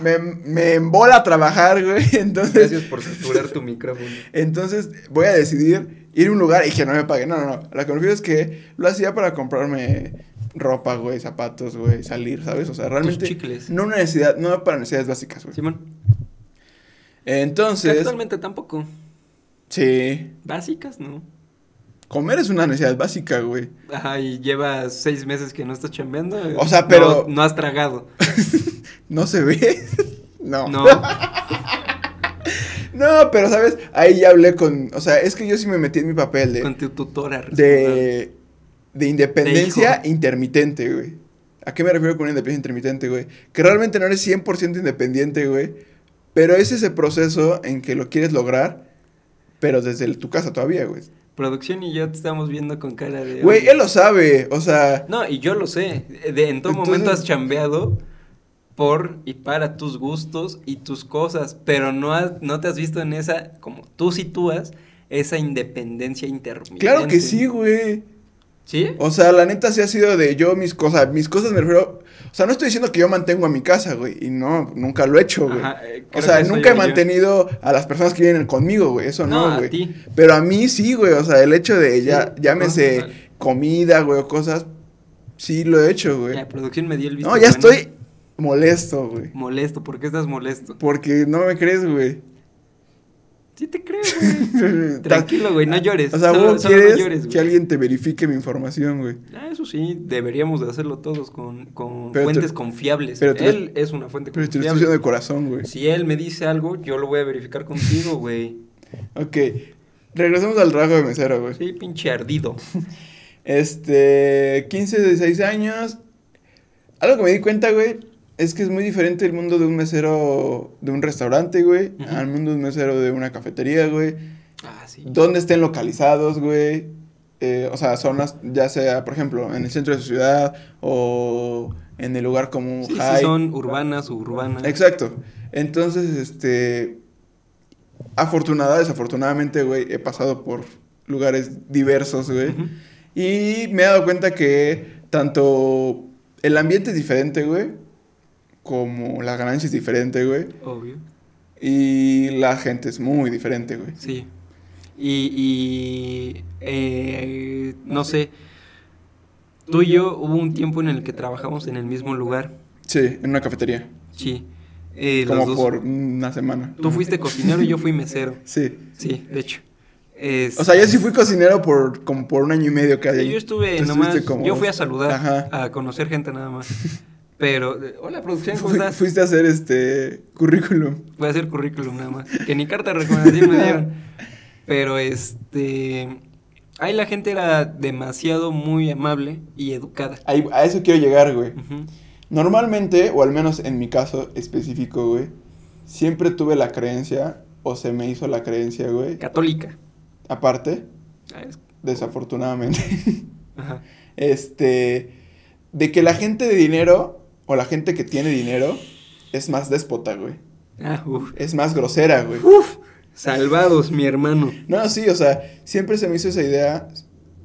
[SPEAKER 1] me, me embola a trabajar, güey. Entonces,
[SPEAKER 2] Gracias por saturar tu micrófono.
[SPEAKER 1] entonces voy a decidir ir a un lugar y que no me paguen. No, no, no. A Lo que me refiero es que lo hacía para comprarme ropa, güey, zapatos, güey, salir, ¿sabes? O sea, realmente.
[SPEAKER 2] chicles.
[SPEAKER 1] No una necesidad, no para necesidades básicas, güey.
[SPEAKER 2] Simón, que
[SPEAKER 1] Entonces,
[SPEAKER 2] actualmente tampoco.
[SPEAKER 1] sí.
[SPEAKER 2] Básicas, ¿no?
[SPEAKER 1] Comer es una necesidad básica, güey.
[SPEAKER 2] Ajá, y llevas seis meses que no estás chambeando. eh,
[SPEAKER 1] O sea, pero-
[SPEAKER 2] No, no has tragado.
[SPEAKER 1] No se ve. no.
[SPEAKER 2] No.
[SPEAKER 1] No, pero sabes, ahí ya hablé con, o sea, es que yo sí me metí en mi papel de
[SPEAKER 2] con tu tutora. responsable.
[SPEAKER 1] de, de independencia
[SPEAKER 2] De hijo.
[SPEAKER 1] intermitente, güey. ¿A qué me refiero con independencia intermitente, güey? Que realmente no eres 100% independiente, güey, pero es ese proceso en que lo quieres lograr, pero desde el- tu casa todavía, güey.
[SPEAKER 2] Producción y yo te estamos viendo con cara de.
[SPEAKER 1] Güey,
[SPEAKER 2] "Oye".
[SPEAKER 1] él lo sabe, o sea,
[SPEAKER 2] No, y yo lo sé. De- en todo
[SPEAKER 1] Entonces-
[SPEAKER 2] momento has chambeado por y para tus gustos y tus cosas, pero no, has- no te has visto en esa, como tú sitúas, esa independencia intermitente.
[SPEAKER 1] claro que sí, güey.
[SPEAKER 2] ¿Sí?
[SPEAKER 1] O sea, la neta sí ha sido de yo mis cosas, mis cosas me refiero, o sea, no estoy diciendo que yo mantengo a mi casa, güey, y no, nunca lo he hecho, güey.
[SPEAKER 2] Ajá, eh,
[SPEAKER 1] O
[SPEAKER 2] creo
[SPEAKER 1] sea,
[SPEAKER 2] que soy
[SPEAKER 1] nunca he
[SPEAKER 2] yo.
[SPEAKER 1] mantenido a las personas que vienen conmigo, güey. Eso
[SPEAKER 2] No,
[SPEAKER 1] no,
[SPEAKER 2] a
[SPEAKER 1] güey.
[SPEAKER 2] ti.
[SPEAKER 1] Pero a mí sí, güey. O sea, el hecho de ya,
[SPEAKER 2] Sí,
[SPEAKER 1] llámese
[SPEAKER 2] no, total.
[SPEAKER 1] comida, güey, o cosas. Sí lo he hecho, güey.
[SPEAKER 2] La producción me dio el visto.
[SPEAKER 1] No, ya
[SPEAKER 2] pues, bueno.
[SPEAKER 1] estoy molesto, güey.
[SPEAKER 2] Molesto, ¿por qué estás molesto?
[SPEAKER 1] Porque no me crees, güey.
[SPEAKER 2] Sí te creo, güey.
[SPEAKER 1] Estás-
[SPEAKER 2] Tranquilo, güey, no llores.
[SPEAKER 1] O sea,
[SPEAKER 2] Solo-
[SPEAKER 1] vos
[SPEAKER 2] solo no
[SPEAKER 1] quieres
[SPEAKER 2] llores, güey.
[SPEAKER 1] que alguien te verifique mi información, güey.
[SPEAKER 2] Ah, eso sí, deberíamos de hacerlo todos con, con
[SPEAKER 1] Pero te-
[SPEAKER 2] fuentes confiables.
[SPEAKER 1] pero te lo-
[SPEAKER 2] él es una fuente
[SPEAKER 1] Pero te lo estoy
[SPEAKER 2] confiable.
[SPEAKER 1] diciendo de corazón, güey.
[SPEAKER 2] Pues Si él me dice algo, yo lo voy a verificar contigo, güey.
[SPEAKER 1] Ok. Regresemos al trabajo de mesero, güey.
[SPEAKER 2] Sí, pinche ardido.
[SPEAKER 1] Este, 15, 16 años. Algo que me di cuenta, güey, es que es muy diferente el mundo de un mesero de un restaurante, güey,
[SPEAKER 2] Ujú.
[SPEAKER 1] al mundo de un mesero de una cafetería, güey.
[SPEAKER 2] Ah, sí.
[SPEAKER 1] Donde estén localizados, güey. Eh, o sea, zonas, ya sea, por ejemplo, en el centro de su ciudad o en el lugar como
[SPEAKER 2] Sí, sí,
[SPEAKER 1] high.
[SPEAKER 2] son urbanas, suburbanas.
[SPEAKER 1] Exacto. Entonces, este. Afortunada, desafortunadamente, güey, he pasado por lugares diversos, güey.
[SPEAKER 2] Ujú.
[SPEAKER 1] Y me he dado cuenta que tanto el ambiente es diferente, güey, como la ganancia es diferente, güey,
[SPEAKER 2] Obvio.
[SPEAKER 1] y la gente es muy diferente, güey.
[SPEAKER 2] Sí. Y, y eh, no sé, tú y yo hubo un tiempo en el que trabajamos en el mismo lugar.
[SPEAKER 1] Sí, en una cafetería,
[SPEAKER 2] Sí. Eh, los
[SPEAKER 1] como
[SPEAKER 2] dos-
[SPEAKER 1] por una semana.
[SPEAKER 2] Tú fuiste cocinero y yo fui mesero.
[SPEAKER 1] Sí.
[SPEAKER 2] Sí, de hecho. Es-
[SPEAKER 1] O sea, yo sí fui cocinero por como por un año y medio que
[SPEAKER 2] Sí, yo estuve
[SPEAKER 1] tú
[SPEAKER 2] nomás,
[SPEAKER 1] estuviste como-
[SPEAKER 2] yo fui a saludar, Ah,
[SPEAKER 1] Ajá.
[SPEAKER 2] a conocer gente nada más. Pero, eh, hola producción, ¿cómo
[SPEAKER 1] Fui-
[SPEAKER 2] estás?
[SPEAKER 1] fuiste a hacer este currículum.
[SPEAKER 2] Voy a hacer currículum nada más. Que ni carta de recomendación me dieron. Pero este. Ahí la gente era demasiado muy amable y educada.
[SPEAKER 1] Ahí- a eso quiero llegar, güey.
[SPEAKER 2] Ujú.
[SPEAKER 1] Normalmente, o al menos en mi caso específico, güey, siempre tuve la creencia, o se me hizo la creencia, güey,
[SPEAKER 2] Católica.
[SPEAKER 1] aparte,
[SPEAKER 2] Ah, es-
[SPEAKER 1] desafortunadamente,
[SPEAKER 2] Ajá.
[SPEAKER 1] este, de que la gente de dinero, o la gente que tiene dinero, es más déspota, güey.
[SPEAKER 2] Ah, uf.
[SPEAKER 1] Es más grosera, güey.
[SPEAKER 2] Uf. Salvados, mi hermano.
[SPEAKER 1] No, sí, o sea, siempre se me hizo esa idea,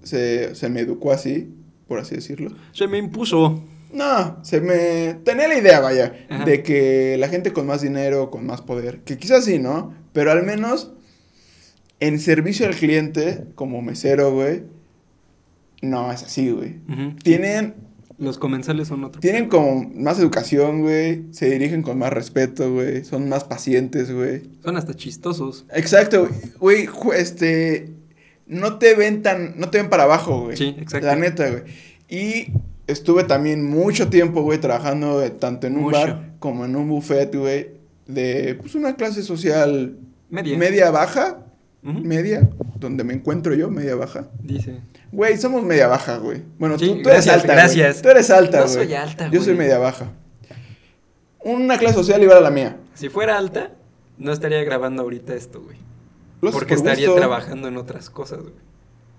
[SPEAKER 1] se, se me educó así, por así decirlo.
[SPEAKER 2] Se me impuso.
[SPEAKER 1] No, se me... Tenía la idea, vaya,
[SPEAKER 2] Ajá.
[SPEAKER 1] de que la gente con más dinero, con más poder, que quizás sí, ¿no? Pero al menos en servicio al cliente, como mesero, güey, No, es así, güey.
[SPEAKER 2] Ujú.
[SPEAKER 1] Tienen,
[SPEAKER 2] Los comensales son otro.
[SPEAKER 1] tienen como más educación, güey. Se dirigen con más respeto, güey. Son más pacientes, güey.
[SPEAKER 2] Son hasta chistosos.
[SPEAKER 1] Exacto, güey. güey. ju- Este. No te ven tan. No te ven para abajo, güey.
[SPEAKER 2] Sí, exacto.
[SPEAKER 1] La neta, güey. Y estuve también mucho tiempo, güey, trabajando eh, tanto en un
[SPEAKER 2] Mucho.
[SPEAKER 1] bar como en un buffet, güey. De pues una clase social
[SPEAKER 2] Media.
[SPEAKER 1] media baja.
[SPEAKER 2] Ujú.
[SPEAKER 1] Media. Donde me encuentro yo, media baja.
[SPEAKER 2] Dice.
[SPEAKER 1] Güey, somos media baja, güey. Bueno,
[SPEAKER 2] Sí,
[SPEAKER 1] tú, tú
[SPEAKER 2] gracias,
[SPEAKER 1] eres alta. güey.
[SPEAKER 2] gracias.
[SPEAKER 1] Tú eres alta,
[SPEAKER 2] No
[SPEAKER 1] güey.
[SPEAKER 2] soy alta,
[SPEAKER 1] Yo soy
[SPEAKER 2] güey.
[SPEAKER 1] media baja. Una clase social igual a la mía.
[SPEAKER 2] Si fuera alta, no estaría grabando ahorita esto, güey.
[SPEAKER 1] Lo haces
[SPEAKER 2] Porque
[SPEAKER 1] por
[SPEAKER 2] estaría
[SPEAKER 1] gusto.
[SPEAKER 2] trabajando en otras cosas, güey.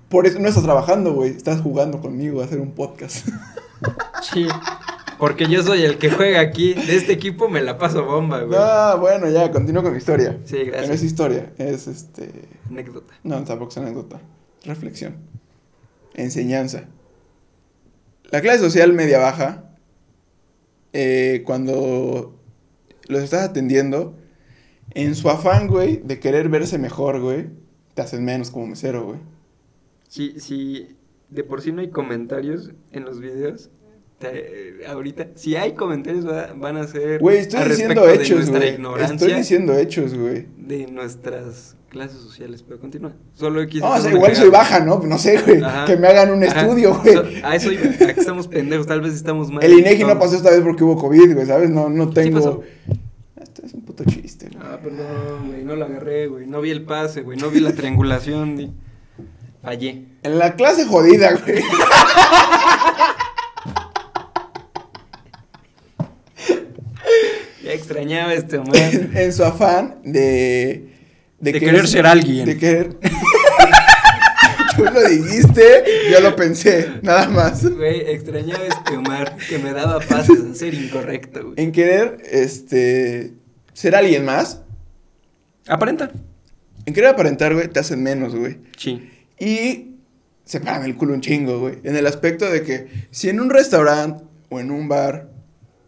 [SPEAKER 1] Por eso no estás trabajando, güey. Estás jugando conmigo a hacer un podcast.
[SPEAKER 2] Sí. Porque yo soy el que juega aquí. De este equipo me la paso bomba, güey.
[SPEAKER 1] ah, bueno, ya, continúo con mi historia.
[SPEAKER 2] Sí, gracias.
[SPEAKER 1] No es historia, es este.
[SPEAKER 2] Anécdota.
[SPEAKER 1] No, tampoco es anécdota. Reflexión. Enseñanza. La clase social media baja, eh, cuando los estás atendiendo, en su afán, güey, de querer verse mejor, güey, te hacen menos como mesero, güey.
[SPEAKER 2] Si, si de por sí no hay comentarios en los videos, te- ahorita, si hay comentarios va- van a ser
[SPEAKER 1] Güey, estoy
[SPEAKER 2] al
[SPEAKER 1] diciendo
[SPEAKER 2] respecto de
[SPEAKER 1] hechos,
[SPEAKER 2] nuestra
[SPEAKER 1] güey.
[SPEAKER 2] ignorancia
[SPEAKER 1] Estoy diciendo hechos, güey.
[SPEAKER 2] de nuestras clases sociales, pero continúa. Solo quise
[SPEAKER 1] No, o
[SPEAKER 2] hacer
[SPEAKER 1] sea,
[SPEAKER 2] una
[SPEAKER 1] igual soy
[SPEAKER 2] pegada.
[SPEAKER 1] baja, ¿no? No sé, güey.
[SPEAKER 2] Ajá.
[SPEAKER 1] Que me hagan un
[SPEAKER 2] Ajá.
[SPEAKER 1] estudio, güey.
[SPEAKER 2] So- a eso iba, a que estamos pendejos, tal vez estamos mal.
[SPEAKER 1] El INEGI no
[SPEAKER 2] Todos.
[SPEAKER 1] pasó esta vez porque hubo COVID, güey, ¿sabes? No, no
[SPEAKER 2] pasó.
[SPEAKER 1] tengo. Esto es un puto chiste, güey.
[SPEAKER 2] Ah, perdón, güey, no lo agarré, güey. No vi el pase, güey. No vi la triangulación. Di... Fallé.
[SPEAKER 1] En la clase jodida, güey.
[SPEAKER 2] Ya extrañaba este hombre.
[SPEAKER 1] en su afán de...
[SPEAKER 2] De querer ser alguien.
[SPEAKER 1] De querer... Tú lo dijiste, yo lo pensé, nada más.
[SPEAKER 2] Güey, extrañaba este Omar que me daba pases a ser incorrecto, güey.
[SPEAKER 1] En querer, este... Ser alguien más.
[SPEAKER 2] Aparenta.
[SPEAKER 1] En querer aparentar, güey, te hacen menos, güey.
[SPEAKER 2] Sí.
[SPEAKER 1] Y se paran el culo un chingo, güey. En el aspecto de que si en un restaurante o en un bar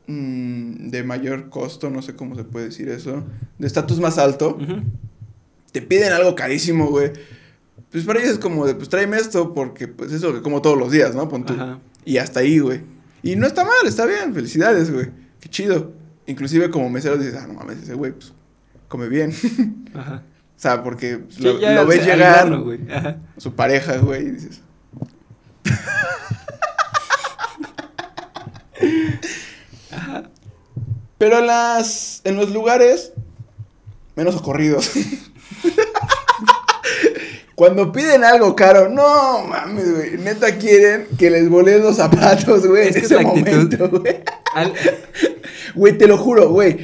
[SPEAKER 1] mm, de mayor costo, no sé cómo se puede decir eso, de estatus más alto,
[SPEAKER 2] Ujú.
[SPEAKER 1] te piden algo carísimo, güey. Pues para ellos es como de, pues tráeme esto porque pues es lo que como todos los días, ¿no? Pon tú.
[SPEAKER 2] Ajá.
[SPEAKER 1] Y hasta ahí, güey. Y no está mal, está bien, felicidades, güey. Qué chido. Inclusive como mesero dices, ah, no mames, ese güey, pues come bien. o
[SPEAKER 2] Ajá.
[SPEAKER 1] sea, porque pues,
[SPEAKER 2] Sí,
[SPEAKER 1] lo,
[SPEAKER 2] ya,
[SPEAKER 1] lo
[SPEAKER 2] o
[SPEAKER 1] ves
[SPEAKER 2] sea, al
[SPEAKER 1] llegar
[SPEAKER 2] grano, güey. Ajá.
[SPEAKER 1] su pareja, güey, y dices. Pero en las. en los lugares menos socorridos. Cuando piden algo caro, no mames, güey. Neta quieren que les voleen los zapatos, güey.
[SPEAKER 2] Es
[SPEAKER 1] en
[SPEAKER 2] que es
[SPEAKER 1] ese
[SPEAKER 2] la actitud.
[SPEAKER 1] momento, güey.
[SPEAKER 2] Al-
[SPEAKER 1] Güey, te lo juro, güey.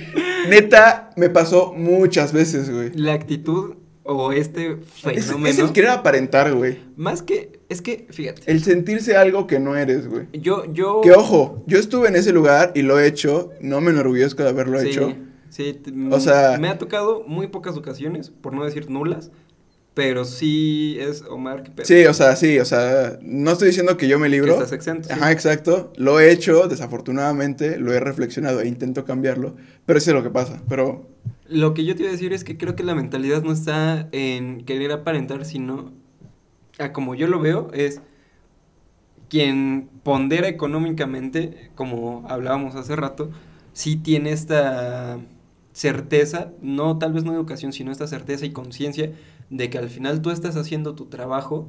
[SPEAKER 1] Neta, me pasó muchas veces, güey.
[SPEAKER 2] la actitud o este
[SPEAKER 1] Es,
[SPEAKER 2] fenómeno.
[SPEAKER 1] es el querer aparentar, güey.
[SPEAKER 2] Más que. Es que, fíjate.
[SPEAKER 1] El sentirse algo que no eres, güey.
[SPEAKER 2] Yo, yo.
[SPEAKER 1] Que ojo, yo estuve en ese lugar y lo he hecho, no me enorgullezco de haberlo
[SPEAKER 2] sí,
[SPEAKER 1] hecho.
[SPEAKER 2] Sí, t-
[SPEAKER 1] O sea-
[SPEAKER 2] Me ha tocado muy pocas ocasiones, por no decir nulas. Pero sí es Omar que pedo.
[SPEAKER 1] Sí, o sea, sí, o sea, no estoy diciendo que yo me
[SPEAKER 2] que
[SPEAKER 1] libro.
[SPEAKER 2] estás exento. sí.
[SPEAKER 1] Ajá, exacto. Lo he hecho, desafortunadamente, lo he reflexionado e intento cambiarlo, pero eso es lo que pasa. Pero
[SPEAKER 2] Lo que yo te iba a decir es que creo que la mentalidad no está en querer aparentar, sino, a como yo lo veo, es quien pondera económicamente, como hablábamos hace rato, sí tiene esta certeza, no tal vez no educación, sino esta certeza y conciencia de que al final tú estás haciendo tu trabajo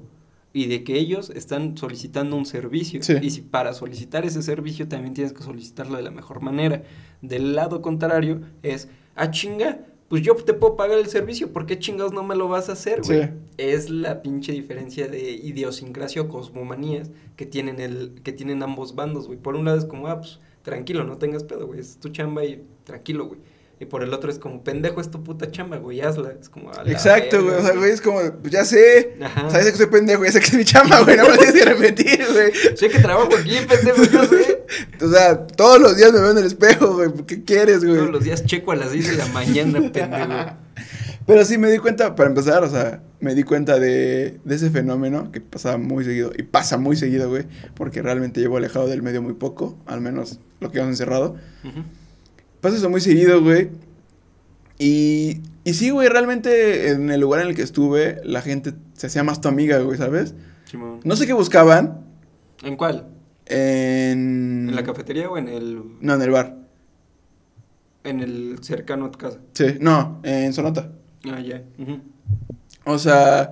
[SPEAKER 2] y de que ellos están solicitando un servicio.
[SPEAKER 1] Sí.
[SPEAKER 2] Y si para solicitar ese servicio también tienes que solicitarlo de la mejor manera. Del lado contrario es, ah chinga, pues yo te puedo pagar el servicio, ¿por qué chingados no me lo vas a hacer, güey?
[SPEAKER 1] Sí.
[SPEAKER 2] Es la pinche diferencia de idiosincrasia o cosmomanías que tienen el que tienen ambos bandos, güey. Por un lado es como, ah, pues tranquilo, no tengas pedo, güey, es tu chamba y tranquilo, güey. Y por el otro es como, pendejo, es tu puta chamba, güey, hazla. Es como, "A la
[SPEAKER 1] exacto, güey,
[SPEAKER 2] verga, Ah.
[SPEAKER 1] o sea, güey, es como, pues ya sé,
[SPEAKER 2] Ajá.
[SPEAKER 1] sabes que soy pendejo, ya sé que es mi chamba, güey, no me lo tienes que repetir, güey.
[SPEAKER 2] Sé que trabajo aquí, pendejo, pues, yo sé.
[SPEAKER 1] O sea, todos los días me veo en el espejo, güey, ¿qué quieres, güey?
[SPEAKER 2] Todos los días checo a las 10 de la mañana, pendejo.
[SPEAKER 1] Pero sí me di cuenta, para empezar, o sea, me di cuenta de, de ese fenómeno que pasaba muy seguido, y pasa muy seguido, güey, porque realmente llevo alejado del medio muy poco, al menos lo que hemos encerrado.
[SPEAKER 2] Ujú.
[SPEAKER 1] Pasa eso muy seguido, güey. Y, y sí, güey, realmente en el lugar en el que estuve, la gente se hacía más tu amiga, güey, ¿sabes?
[SPEAKER 2] Simón.
[SPEAKER 1] No sé qué buscaban,
[SPEAKER 2] ¿En cuál?
[SPEAKER 1] En...
[SPEAKER 2] ¿En la cafetería o en el,
[SPEAKER 1] No, en el bar.
[SPEAKER 2] en el cercano a tu casa?
[SPEAKER 1] Sí, no, en Sonata.
[SPEAKER 2] Ah, ya. ujú.
[SPEAKER 1] O sea,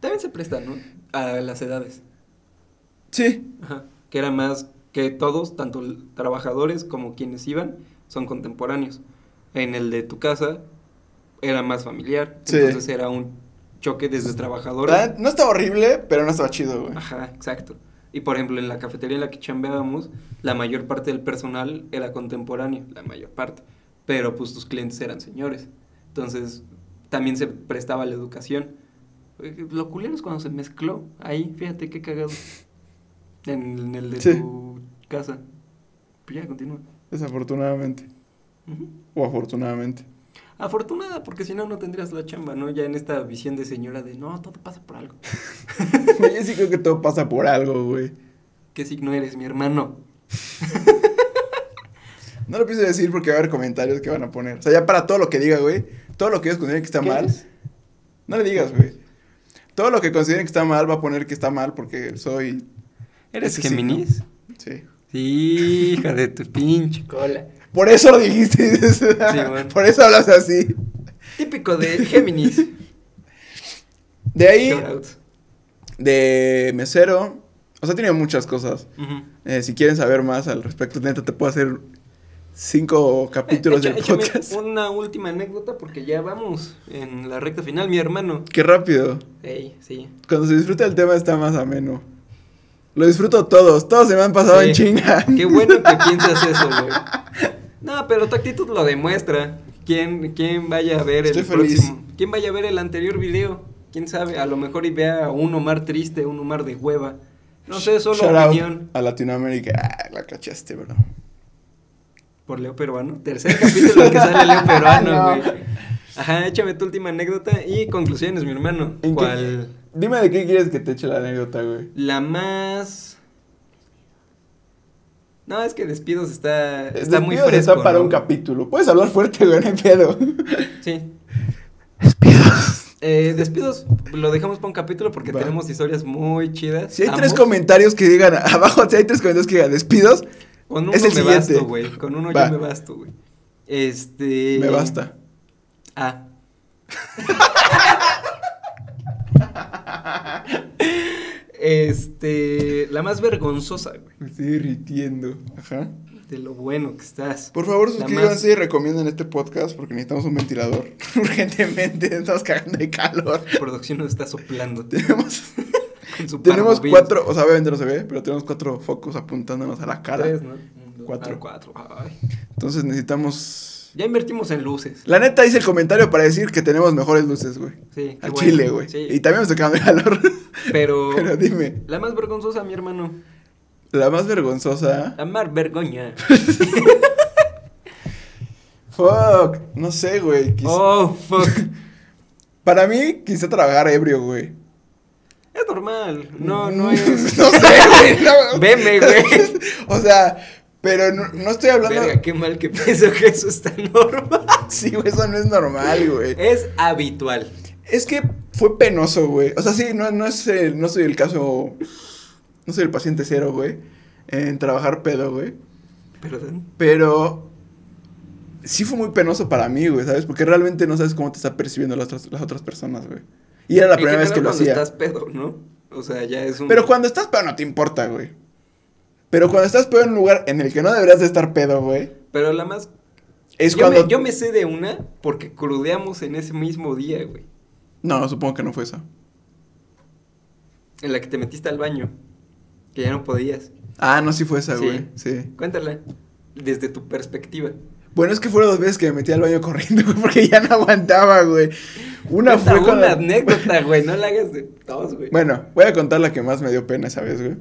[SPEAKER 2] También se presta, ¿no? A las edades.
[SPEAKER 1] sí,
[SPEAKER 2] Ajá. Que era más que todos, tanto l- trabajadores como quienes iban, son contemporáneos. En el de tu casa era más familiar.
[SPEAKER 1] Sí. Ah,
[SPEAKER 2] Entonces era un choque desde trabajadores.
[SPEAKER 1] La- No estaba horrible, pero no estaba chido, güey.
[SPEAKER 2] Ajá, exacto. Y por ejemplo, en la cafetería en la que chambeábamos, la mayor parte del personal era contemporáneo, la mayor parte. Pero pues tus clientes eran señores. Entonces también se prestaba la educación. Eh, Lo culero es cuando se mezcló ahí, fíjate qué cagado. En, en el de
[SPEAKER 1] Sí.
[SPEAKER 2] tu casa. Pero ya continúa.
[SPEAKER 1] Desafortunadamente.
[SPEAKER 2] Ujú.
[SPEAKER 1] O afortunadamente.
[SPEAKER 2] Afortunada, porque si no, no tendrías la chamba, ¿no? Ya en esta visión de señora de no, todo pasa por algo.
[SPEAKER 1] Güey, Yo sí creo que todo pasa por algo, güey.
[SPEAKER 2] ¿Qué signo eres, mi hermano?
[SPEAKER 1] No lo pienso decir porque va a haber comentarios que van a poner. O sea, ya para todo lo que diga, güey. Todo lo que ellos consideren que está
[SPEAKER 2] ¿Qué
[SPEAKER 1] mal.
[SPEAKER 2] eres?
[SPEAKER 1] No le digas, güey. Todo lo que consideren que está mal va a poner que está mal porque soy.
[SPEAKER 2] ¿Eres
[SPEAKER 1] Ese signo.
[SPEAKER 2] Géminis?
[SPEAKER 1] Sí.
[SPEAKER 2] Sí, hija de tu pinche cola.
[SPEAKER 1] Por eso lo dijiste. dices,
[SPEAKER 2] bueno.
[SPEAKER 1] Por eso hablas así.
[SPEAKER 2] Típico de Géminis.
[SPEAKER 1] De ahí,
[SPEAKER 2] Shout out.
[SPEAKER 1] de mesero. O sea, tiene muchas cosas.
[SPEAKER 2] Ujú.
[SPEAKER 1] Eh, si quieren saber más al respecto, neta, te puedo hacer cinco capítulos
[SPEAKER 2] Eh,
[SPEAKER 1] del
[SPEAKER 2] echa- échame
[SPEAKER 1] podcast.
[SPEAKER 2] Una última anécdota porque ya vamos en la recta final, mi hermano.
[SPEAKER 1] Qué rápido.
[SPEAKER 2] Ey, sí.
[SPEAKER 1] Cuando se disfruta el tema está más ameno. Lo disfruto todos. Todos se me han pasado
[SPEAKER 2] Sí.
[SPEAKER 1] en chinga.
[SPEAKER 2] Qué bueno que piensas eso, güey. No, pero tu actitud lo demuestra. ¿Quién, quién vaya a ver
[SPEAKER 1] Estoy
[SPEAKER 2] el
[SPEAKER 1] feliz.
[SPEAKER 2] próximo? ¿Quién vaya a ver el anterior video? ¿Quién sabe? A lo mejor y vea un Omar triste, un Omar de hueva. No sé, solo
[SPEAKER 1] Shout out
[SPEAKER 2] opinión.
[SPEAKER 1] a Latinoamérica. Ah, la cachaste, bro.
[SPEAKER 2] Por Leo Peruano. Tercer capítulo en que sale Leo Peruano,
[SPEAKER 1] No.
[SPEAKER 2] güey. Ajá, échame tu última anécdota y conclusiones, mi hermano.
[SPEAKER 1] ¿En qué-
[SPEAKER 2] ¿Cuál?
[SPEAKER 1] Dime de qué quieres que te eche la anécdota, güey.
[SPEAKER 2] La más. No, es que despidos está. Está muy
[SPEAKER 1] Despidos
[SPEAKER 2] fresco.
[SPEAKER 1] Está para
[SPEAKER 2] ¿no?
[SPEAKER 1] un capítulo. Puedes hablar fuerte, güey, no hay pedo.
[SPEAKER 2] Sí. Despidos. despidos lo dejamos para un capítulo porque
[SPEAKER 1] Va.
[SPEAKER 2] tenemos historias muy chidas.
[SPEAKER 1] Si hay tres
[SPEAKER 2] ambos.
[SPEAKER 1] comentarios que digan abajo, si hay tres comentarios que digan despidos,
[SPEAKER 2] Con uno
[SPEAKER 1] es el
[SPEAKER 2] me
[SPEAKER 1] siguiente.
[SPEAKER 2] basto, güey. Con uno
[SPEAKER 1] Va.
[SPEAKER 2] yo me basto, güey. Este.
[SPEAKER 1] me basta.
[SPEAKER 2] Ah. este, la más vergonzosa, güey,
[SPEAKER 1] Me estoy derritiendo. Ajá.
[SPEAKER 2] de lo bueno que estás.
[SPEAKER 1] Por favor,
[SPEAKER 2] La
[SPEAKER 1] suscríbanse y recomienden este podcast porque necesitamos un ventilador. Urgentemente, estamos cagando de calor.
[SPEAKER 2] La producción nos está soplando.
[SPEAKER 1] Tenemos,
[SPEAKER 2] con su
[SPEAKER 1] tenemos
[SPEAKER 2] parvovirus.
[SPEAKER 1] cuatro, o sea, obviamente no se ve, pero tenemos cuatro focos apuntándonos a la cara. Mm,
[SPEAKER 2] Tres, ¿no? Ah,
[SPEAKER 1] Cuatro.
[SPEAKER 2] cuatro. ay.
[SPEAKER 1] Entonces necesitamos.
[SPEAKER 2] Ya invertimos en luces.
[SPEAKER 1] La neta hice el comentario para decir que tenemos mejores luces, güey.
[SPEAKER 2] Sí, qué
[SPEAKER 1] Al
[SPEAKER 2] bueno.
[SPEAKER 1] chile, güey.
[SPEAKER 2] Sí,
[SPEAKER 1] Y también me está cagando de calor.
[SPEAKER 2] pero
[SPEAKER 1] pero dime,
[SPEAKER 2] la más vergonzosa, mi hermano.
[SPEAKER 1] la más vergonzosa.
[SPEAKER 2] La más vergoña.
[SPEAKER 1] Fuck. No sé, güey. quiz-
[SPEAKER 2] Oh, fuck.
[SPEAKER 1] Para mí, quise trabajar ebrio, güey. Mm,
[SPEAKER 2] Es normal. No, no es.
[SPEAKER 1] no sé, güey. no.
[SPEAKER 2] Veme, güey.
[SPEAKER 1] o sea, pero no, no estoy hablando.
[SPEAKER 2] Verga, qué mal que pienso que eso está normal.
[SPEAKER 1] Sí, güey, eso no es normal, güey.
[SPEAKER 2] Es habitual.
[SPEAKER 1] Es que fue penoso, güey. O sea, sí, no, no, es el- no soy el caso. No soy el paciente cero, güey. En trabajar pedo, güey.
[SPEAKER 2] Perdón.
[SPEAKER 1] Pero. Sí fue muy penoso para mí, güey, ¿sabes? Porque realmente no sabes cómo te están percibiendo las otras, las otras personas, güey. Y era la
[SPEAKER 2] En
[SPEAKER 1] primera vez
[SPEAKER 2] general
[SPEAKER 1] que lo
[SPEAKER 2] cuando
[SPEAKER 1] hacía.
[SPEAKER 2] estás pedo, ¿no? O sea, ya es un.
[SPEAKER 1] Pero cuando estás pedo no te importa, güey. Pero cuando estás pedo en un lugar en el que no deberías de estar pedo, güey.
[SPEAKER 2] Pero la más.
[SPEAKER 1] Es
[SPEAKER 2] yo,
[SPEAKER 1] cuando...
[SPEAKER 2] me, yo me sé de una porque crudeamos en ese mismo día, güey.
[SPEAKER 1] No, supongo que no fue esa.
[SPEAKER 2] En la que te metiste al baño. Que ya no podías.
[SPEAKER 1] Ah, no, sí fue esa,
[SPEAKER 2] Sí.
[SPEAKER 1] güey. Sí.
[SPEAKER 2] Cuéntala. Desde tu perspectiva.
[SPEAKER 1] Bueno, es que fueron dos veces que me metí al baño corriendo, güey, porque ya no aguantaba, güey. Una
[SPEAKER 2] Cuenta
[SPEAKER 1] fue cuando...
[SPEAKER 2] una anécdota, güey. No la hagas de todos, güey.
[SPEAKER 1] Bueno, voy a contar la que más me dio pena esa vez, güey.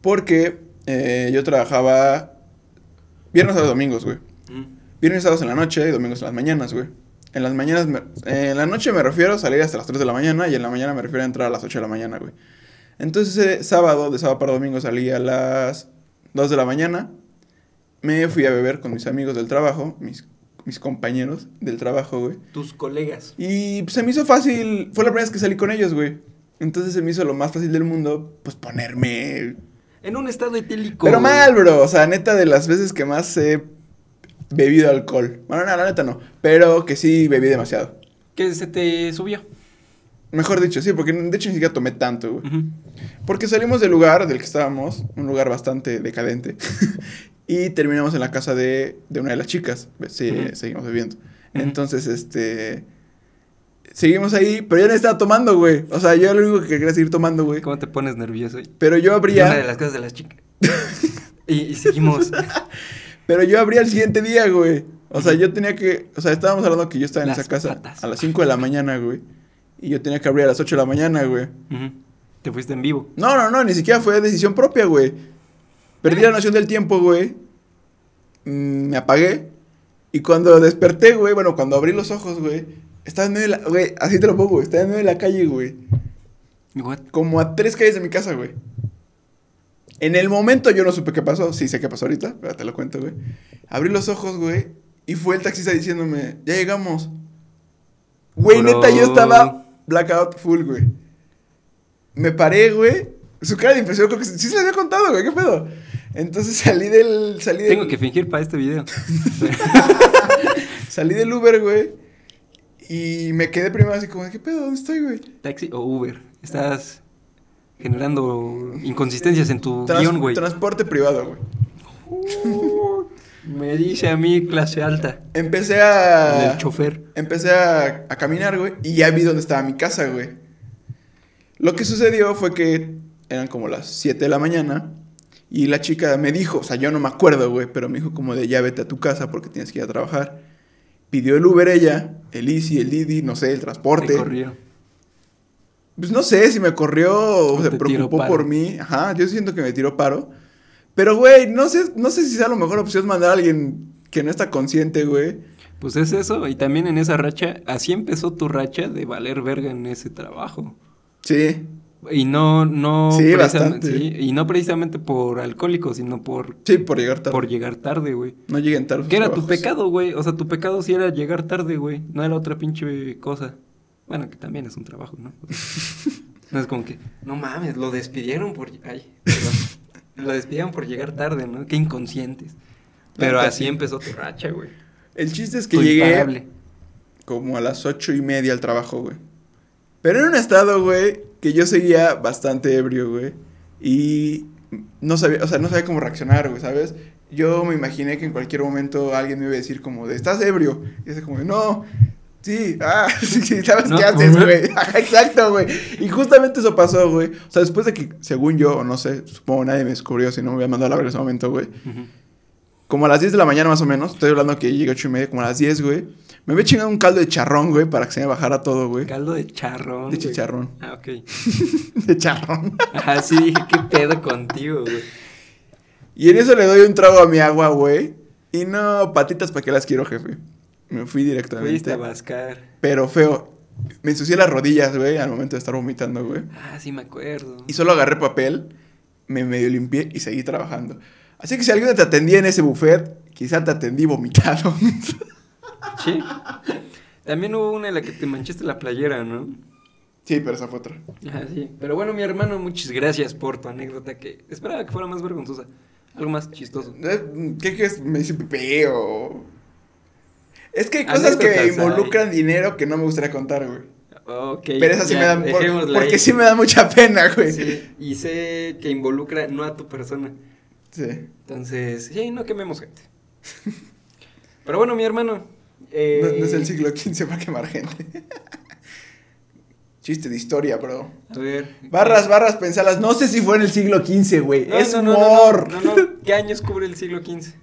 [SPEAKER 1] Porque eh, yo trabajaba viernes a los domingos, güey.
[SPEAKER 2] Mm.
[SPEAKER 1] Viernes y sábados en la noche y domingos en las mañanas, güey. En las mañanas, me- eh, en la noche me refiero a salir hasta las 3 de la mañana y en la mañana me refiero a entrar a las 8 de la mañana, güey. Entonces, eh, sábado, de sábado para domingo salí a las 2 de la mañana. Me fui a beber con mis amigos del trabajo, mis, mis compañeros del trabajo, güey.
[SPEAKER 2] Tus colegas.
[SPEAKER 1] Y pues, se me hizo fácil, fue la primera vez que salí con ellos, güey. Entonces se me hizo lo más fácil del mundo, pues ponerme
[SPEAKER 2] En un estado etílico.
[SPEAKER 1] Pero mal, bro. O sea, neta, de las veces que más he bebido alcohol. Bueno, no, la neta no. Pero que sí bebí demasiado.
[SPEAKER 2] Que se te subió.
[SPEAKER 1] Mejor dicho, sí, porque de hecho ni siquiera tomé tanto, güey.
[SPEAKER 2] Mm.
[SPEAKER 1] Porque salimos del lugar del que estábamos, un lugar bastante decadente, y terminamos en la casa de, de una de las chicas. Sí,
[SPEAKER 2] Ujú.
[SPEAKER 1] seguimos bebiendo.
[SPEAKER 2] Ujú.
[SPEAKER 1] Entonces, este. Seguimos ahí, pero yo no estaba tomando, güey. O sea, yo lo único que quería es seguir tomando, güey.
[SPEAKER 2] ¿Cómo te pones nervioso?
[SPEAKER 1] Pero yo
[SPEAKER 2] Y Una de
[SPEAKER 1] abría.
[SPEAKER 2] las cosas de las chicas. y, y seguimos.
[SPEAKER 1] Pero yo abría el siguiente día, güey. O sea,
[SPEAKER 2] Ujú.
[SPEAKER 1] yo tenía que. O sea, estábamos hablando que yo estaba en
[SPEAKER 2] Las
[SPEAKER 1] esa casa
[SPEAKER 2] patas.
[SPEAKER 1] a las 5 de la mañana, güey. Y yo tenía que abrir a las 8 de la mañana, güey.
[SPEAKER 2] Ujú. Te fuiste en vivo.
[SPEAKER 1] No, no, no, ni siquiera fue decisión propia, güey. Perdí la noción del tiempo, güey. Mm, Me apagué. Y cuando desperté, güey, bueno, cuando abrí los ojos, güey, estaba en medio de la. Güey, así te lo pongo, güey, estaba en medio de la calle, güey.
[SPEAKER 2] What?
[SPEAKER 1] Como a tres calles de mi casa, güey. En el momento yo no supe qué pasó. Sí, sé qué pasó ahorita, pero te lo cuento, güey. Abrí los ojos, güey, y fue el taxista diciéndome, ya llegamos. Güey,
[SPEAKER 2] Bro.
[SPEAKER 1] neta, yo estaba blackout full, güey. Me paré, güey. Su cara de impresión, creo que sí se la había contado, güey, qué pedo. Entonces salí del. Salí del,
[SPEAKER 2] Tengo que fingir para este video.
[SPEAKER 1] Salí del Uber, güey. Y me quedé primero así como, ¿qué pedo? ¿Dónde estoy, güey?
[SPEAKER 2] ¿Taxi o Uber? Estás generando inconsistencias en tu
[SPEAKER 1] Trans-
[SPEAKER 2] guión, güey.
[SPEAKER 1] Transporte privado, güey.
[SPEAKER 2] Me dice a mí clase alta.
[SPEAKER 1] Empecé a.
[SPEAKER 2] Del chofer.
[SPEAKER 1] Empecé a, a caminar, güey, y ya vi dónde estaba mi casa, güey. Lo que sucedió fue que eran como las 7 de la mañana y la chica me dijo, o sea, yo no me acuerdo, güey, pero me dijo como de ya vete a tu casa porque tienes que ir a trabajar. Pidió el Uber ella, el Easy, el Didi, no sé, el
[SPEAKER 2] Te
[SPEAKER 1] transporte.
[SPEAKER 2] corrió.
[SPEAKER 1] Pues no sé si me corrió o
[SPEAKER 2] O
[SPEAKER 1] se
[SPEAKER 2] te tiró
[SPEAKER 1] preocupó
[SPEAKER 2] paro.
[SPEAKER 1] por mí. Ajá, yo siento que me tiró paro. Pero, güey, no sé, no sé si sea la mejor opción mandar a alguien que no está consciente, güey.
[SPEAKER 2] Pues es eso, y también en esa racha, así empezó tu racha de valer verga en ese trabajo.
[SPEAKER 1] Sí,
[SPEAKER 2] Y no, no,
[SPEAKER 1] Sí,
[SPEAKER 2] precisam-
[SPEAKER 1] bastante.
[SPEAKER 2] sí, y no precisamente por alcohólico, sino por,
[SPEAKER 1] sí, por llegar tarde.
[SPEAKER 2] por llegar tarde, güey.
[SPEAKER 1] No lleguen tarde. a sus
[SPEAKER 2] Que era tu
[SPEAKER 1] trabajos.
[SPEAKER 2] pecado, güey. O sea, tu pecado sí era llegar tarde, güey. No era otra pinche cosa. Bueno, que también es un trabajo, ¿no? no es como que, no mames, lo despidieron por. Ay, perdón. lo despidieron por llegar tarde, ¿no? Qué inconscientes. Pero
[SPEAKER 1] Neta,
[SPEAKER 2] así
[SPEAKER 1] sí.
[SPEAKER 2] empezó tu racha, güey.
[SPEAKER 1] El chiste es que
[SPEAKER 2] Tu
[SPEAKER 1] llegué
[SPEAKER 2] imparable.
[SPEAKER 1] como a las ocho y media al trabajo, güey. Pero era un estado, güey, que yo seguía bastante ebrio, güey. Y no sabía, o sea, no sabía cómo reaccionar, güey, ¿sabes? Yo me imaginé que en cualquier momento alguien me iba a decir como de, estás ebrio. Y es como, de, no, sí, ah, sí, sí, ¿sabes
[SPEAKER 2] No,
[SPEAKER 1] qué haces,
[SPEAKER 2] ¿cómo?
[SPEAKER 1] güey? Ajá, Exacto, güey. Y justamente eso pasó, güey. O sea, después de que, según yo, o no sé, supongo nadie me descubrió, si no me había mandado a la verga en ese momento, güey.
[SPEAKER 2] Ujú.
[SPEAKER 1] Como a las 10 de la mañana más o menos. Estoy hablando que llegué a 8 y media, como a las 10, güey. Me había chingado un caldo de charrón, güey, para que se me bajara todo, güey.
[SPEAKER 2] Caldo de charrón.
[SPEAKER 1] De
[SPEAKER 2] güey.
[SPEAKER 1] chicharrón.
[SPEAKER 2] Ah, ok.
[SPEAKER 1] De charrón.
[SPEAKER 2] Ajá, sí dije, ¿qué pedo contigo, güey?
[SPEAKER 1] Y en eso le doy un trago a mi agua, güey. Y no, patitas, ¿para qué las quiero, jefe? Me fui
[SPEAKER 2] Fuiste a
[SPEAKER 1] directamente.
[SPEAKER 2] vascar.
[SPEAKER 1] Pero feo. Me ensucié las rodillas, güey, al momento de estar vomitando, güey.
[SPEAKER 2] Ah, sí me acuerdo.
[SPEAKER 1] Y solo agarré papel, me medio limpié y seguí trabajando. Así que si alguien te atendía en ese buffet, quizá te atendí vomitado.
[SPEAKER 2] Sí. También hubo una en la que te manchaste la playera, ¿no?
[SPEAKER 1] sí, pero esa fue otra.
[SPEAKER 2] Ajá, Ah, sí. Pero bueno, mi hermano, muchas gracias por tu anécdota que esperaba que fuera más vergonzosa. Algo más chistoso.
[SPEAKER 1] Eh, ¿Qué crees? Me dice pipí o... Es que hay cosas
[SPEAKER 2] Anécdotas,
[SPEAKER 1] que
[SPEAKER 2] ay.
[SPEAKER 1] involucran dinero que no me gustaría contar, güey.
[SPEAKER 2] Ok.
[SPEAKER 1] Pero esa sí
[SPEAKER 2] ya,
[SPEAKER 1] me da... por-
[SPEAKER 2] dejémosla
[SPEAKER 1] porque
[SPEAKER 2] ahí.
[SPEAKER 1] sí me da mucha pena, güey. Sí.
[SPEAKER 2] Sí, y sé que involucra no a tu persona. Entonces, sí, no quememos gente. Pero bueno, mi hermano. eh,
[SPEAKER 1] No, no es el siglo XV para quemar gente. Chiste de historia, bro.
[SPEAKER 2] A ver.
[SPEAKER 1] Barras, barras, pensalas. No sé si fue en el siglo XV, güey.
[SPEAKER 2] No,
[SPEAKER 1] es
[SPEAKER 2] no, no, no,
[SPEAKER 1] humor.
[SPEAKER 2] No, no, no. ¿Qué años cubre el siglo XV?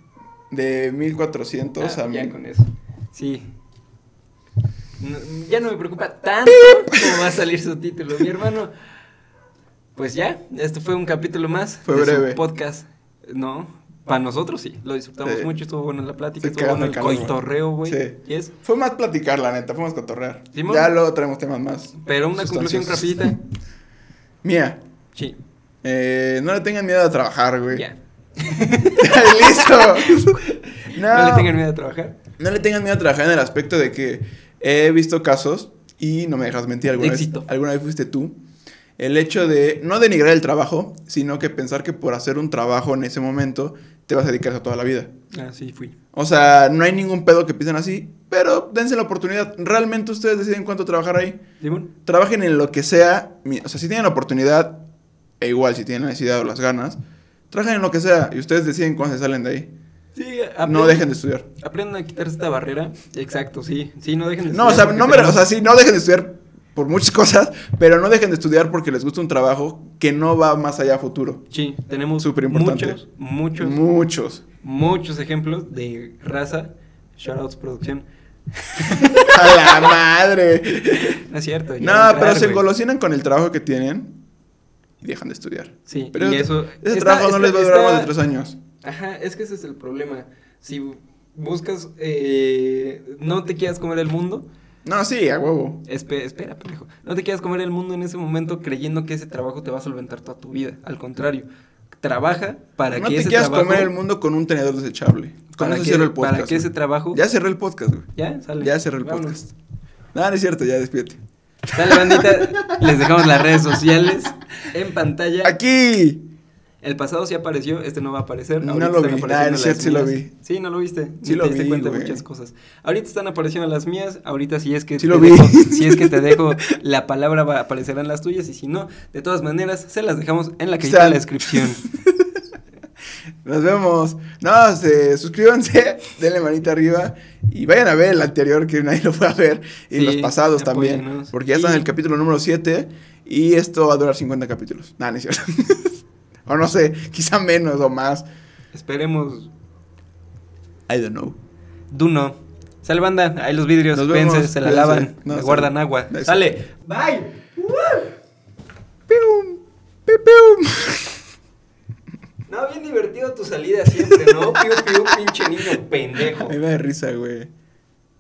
[SPEAKER 1] De 1400
[SPEAKER 2] Ah,
[SPEAKER 1] a...
[SPEAKER 2] ya
[SPEAKER 1] mil-
[SPEAKER 2] con eso. Sí. No, ya no me preocupa tanto cómo va a salir su título, mi hermano. Pues ya, esto fue un capítulo más.
[SPEAKER 1] Fue
[SPEAKER 2] de su
[SPEAKER 1] breve.
[SPEAKER 2] podcast. No, para nosotros sí, lo disfrutamos
[SPEAKER 1] Sí.
[SPEAKER 2] mucho, estuvo buena la plática,
[SPEAKER 1] Estoy
[SPEAKER 2] estuvo bueno el
[SPEAKER 1] cagando el calor,
[SPEAKER 2] coitorreo, güey.
[SPEAKER 1] Sí.
[SPEAKER 2] Yes.
[SPEAKER 1] Fue más platicar, la neta. Fue más cotorrear.
[SPEAKER 2] Simón.
[SPEAKER 1] Ya luego traemos temas más.
[SPEAKER 2] Pero una conclusión
[SPEAKER 1] sustanciosos.
[SPEAKER 2] rapidita.
[SPEAKER 1] Mía.
[SPEAKER 2] Sí,
[SPEAKER 1] Eh, no le tengan miedo a trabajar, güey.
[SPEAKER 2] ya.
[SPEAKER 1] Listo. No,
[SPEAKER 2] No. le tengan miedo a trabajar.
[SPEAKER 1] miedo a trabajar en el aspecto de que he visto casos y no me dejas mentir alguna
[SPEAKER 2] Éxito.
[SPEAKER 1] vez. Alguna vez fuiste tú el hecho de no denigrar el trabajo, sino que pensar que por hacer un trabajo en ese momento te vas a dedicar a toda la vida.
[SPEAKER 2] Así Ah, fui.
[SPEAKER 1] O sea, no hay ningún pedo que piensen así, pero dense la oportunidad. Realmente ustedes deciden cuánto trabajar ahí.
[SPEAKER 2] Simón.
[SPEAKER 1] Trabajen en lo que sea. mi- O sea, si tienen la oportunidad, e igual si tienen la necesidad o las ganas, trabajen en lo que sea y ustedes deciden cuándo se salen de ahí.
[SPEAKER 2] Sí,
[SPEAKER 1] No
[SPEAKER 2] aprendan-
[SPEAKER 1] dejen de estudiar.
[SPEAKER 2] Aprendan a quitarse esta barrera. Exacto, sí. Sí, no dejen de
[SPEAKER 1] No, o sea,
[SPEAKER 2] estudiar porque
[SPEAKER 1] no me, o
[SPEAKER 2] tenemos-
[SPEAKER 1] sea, sí, no dejen de estudiar por muchas cosas, pero no dejen de estudiar porque les gusta un trabajo que no va más allá a futuro.
[SPEAKER 2] Sí, tenemos
[SPEAKER 1] Súper importante.
[SPEAKER 2] muchos, muchos,
[SPEAKER 1] Muchos.
[SPEAKER 2] muchos ejemplos de raza. Shoutouts producción.
[SPEAKER 1] A la madre.
[SPEAKER 2] No es cierto. Pues ya
[SPEAKER 1] No,
[SPEAKER 2] va a entrar,
[SPEAKER 1] pero se
[SPEAKER 2] güey.
[SPEAKER 1] engolosinan con el trabajo que tienen y dejan de estudiar.
[SPEAKER 2] Sí,
[SPEAKER 1] Pero
[SPEAKER 2] y eso.
[SPEAKER 1] ese
[SPEAKER 2] está-
[SPEAKER 1] trabajo no
[SPEAKER 2] está-
[SPEAKER 1] les va a durar
[SPEAKER 2] está-
[SPEAKER 1] más de tres años.
[SPEAKER 2] Ajá, es que ese es el problema. Si buscas, eh, no te quieras comer el mundo,
[SPEAKER 1] No, sí, a huevo.
[SPEAKER 2] espe- espera, pendejo, no te quieras comer el mundo en ese momento creyendo que ese trabajo te va a solventar toda tu vida. Al contrario, trabaja para
[SPEAKER 1] no
[SPEAKER 2] que
[SPEAKER 1] te
[SPEAKER 2] ese
[SPEAKER 1] quieras
[SPEAKER 2] trabajo...
[SPEAKER 1] comer el mundo con un tenedor desechable. Con
[SPEAKER 2] para
[SPEAKER 1] eso
[SPEAKER 2] que-
[SPEAKER 1] cierro el podcast.
[SPEAKER 2] Para que ese
[SPEAKER 1] güey.
[SPEAKER 2] trabajo...
[SPEAKER 1] Ya cerré el podcast, güey.
[SPEAKER 2] Ya, sale.
[SPEAKER 1] Ya cerré el
[SPEAKER 2] Vámonos.
[SPEAKER 1] podcast. No, no es cierto, ya despídete.
[SPEAKER 2] Sale, bandita. Les dejamos las redes sociales en pantalla.
[SPEAKER 1] ¡Aquí!
[SPEAKER 2] El pasado sí apareció, este no va a aparecer.
[SPEAKER 1] No
[SPEAKER 2] ahorita
[SPEAKER 1] lo
[SPEAKER 2] están
[SPEAKER 1] vi.
[SPEAKER 2] apareciendo
[SPEAKER 1] Ah, es cierto,
[SPEAKER 2] las
[SPEAKER 1] sí lo
[SPEAKER 2] mías.
[SPEAKER 1] vi.
[SPEAKER 2] Sí, no lo viste.
[SPEAKER 1] Sí
[SPEAKER 2] Ni
[SPEAKER 1] lo
[SPEAKER 2] te diste
[SPEAKER 1] vi,
[SPEAKER 2] cuenta de
[SPEAKER 1] güey.
[SPEAKER 2] muchas cosas. Ahorita están apareciendo las mías. Ahorita si es que
[SPEAKER 1] Sí
[SPEAKER 2] te
[SPEAKER 1] lo vi.
[SPEAKER 2] dejo- si es que te dejo la palabra va- aparecerán las tuyas y si no, de todas maneras se las dejamos en la cajita de
[SPEAKER 1] Sal.
[SPEAKER 2] la descripción.
[SPEAKER 1] Nos vemos. No, se- suscríbanse, denle manita arriba y vayan a ver el anterior que nadie lo fue a ver y
[SPEAKER 2] Sí,
[SPEAKER 1] los pasados también.
[SPEAKER 2] apóyennos.
[SPEAKER 1] Porque ya están en el
[SPEAKER 2] Y-
[SPEAKER 1] capítulo número 7 y esto va a durar 50 capítulos. Nada, no es cierto. o no sé, quizá menos o más.
[SPEAKER 2] Esperemos.
[SPEAKER 1] I don't know.
[SPEAKER 2] Duno. Sal banda, ahí los vidrios,
[SPEAKER 1] Nos
[SPEAKER 2] pense,
[SPEAKER 1] vemos,
[SPEAKER 2] se la
[SPEAKER 1] cuídense.
[SPEAKER 2] lavan,
[SPEAKER 1] No,
[SPEAKER 2] le
[SPEAKER 1] sal-
[SPEAKER 2] guardan agua.
[SPEAKER 1] Exacto.
[SPEAKER 2] Sale. Bye.
[SPEAKER 1] Pium, pi, pium.
[SPEAKER 2] No, bien divertido tu salida siempre, ¿no? Piu, piu, pinche niño pendejo.
[SPEAKER 1] Ahí me da risa, güey.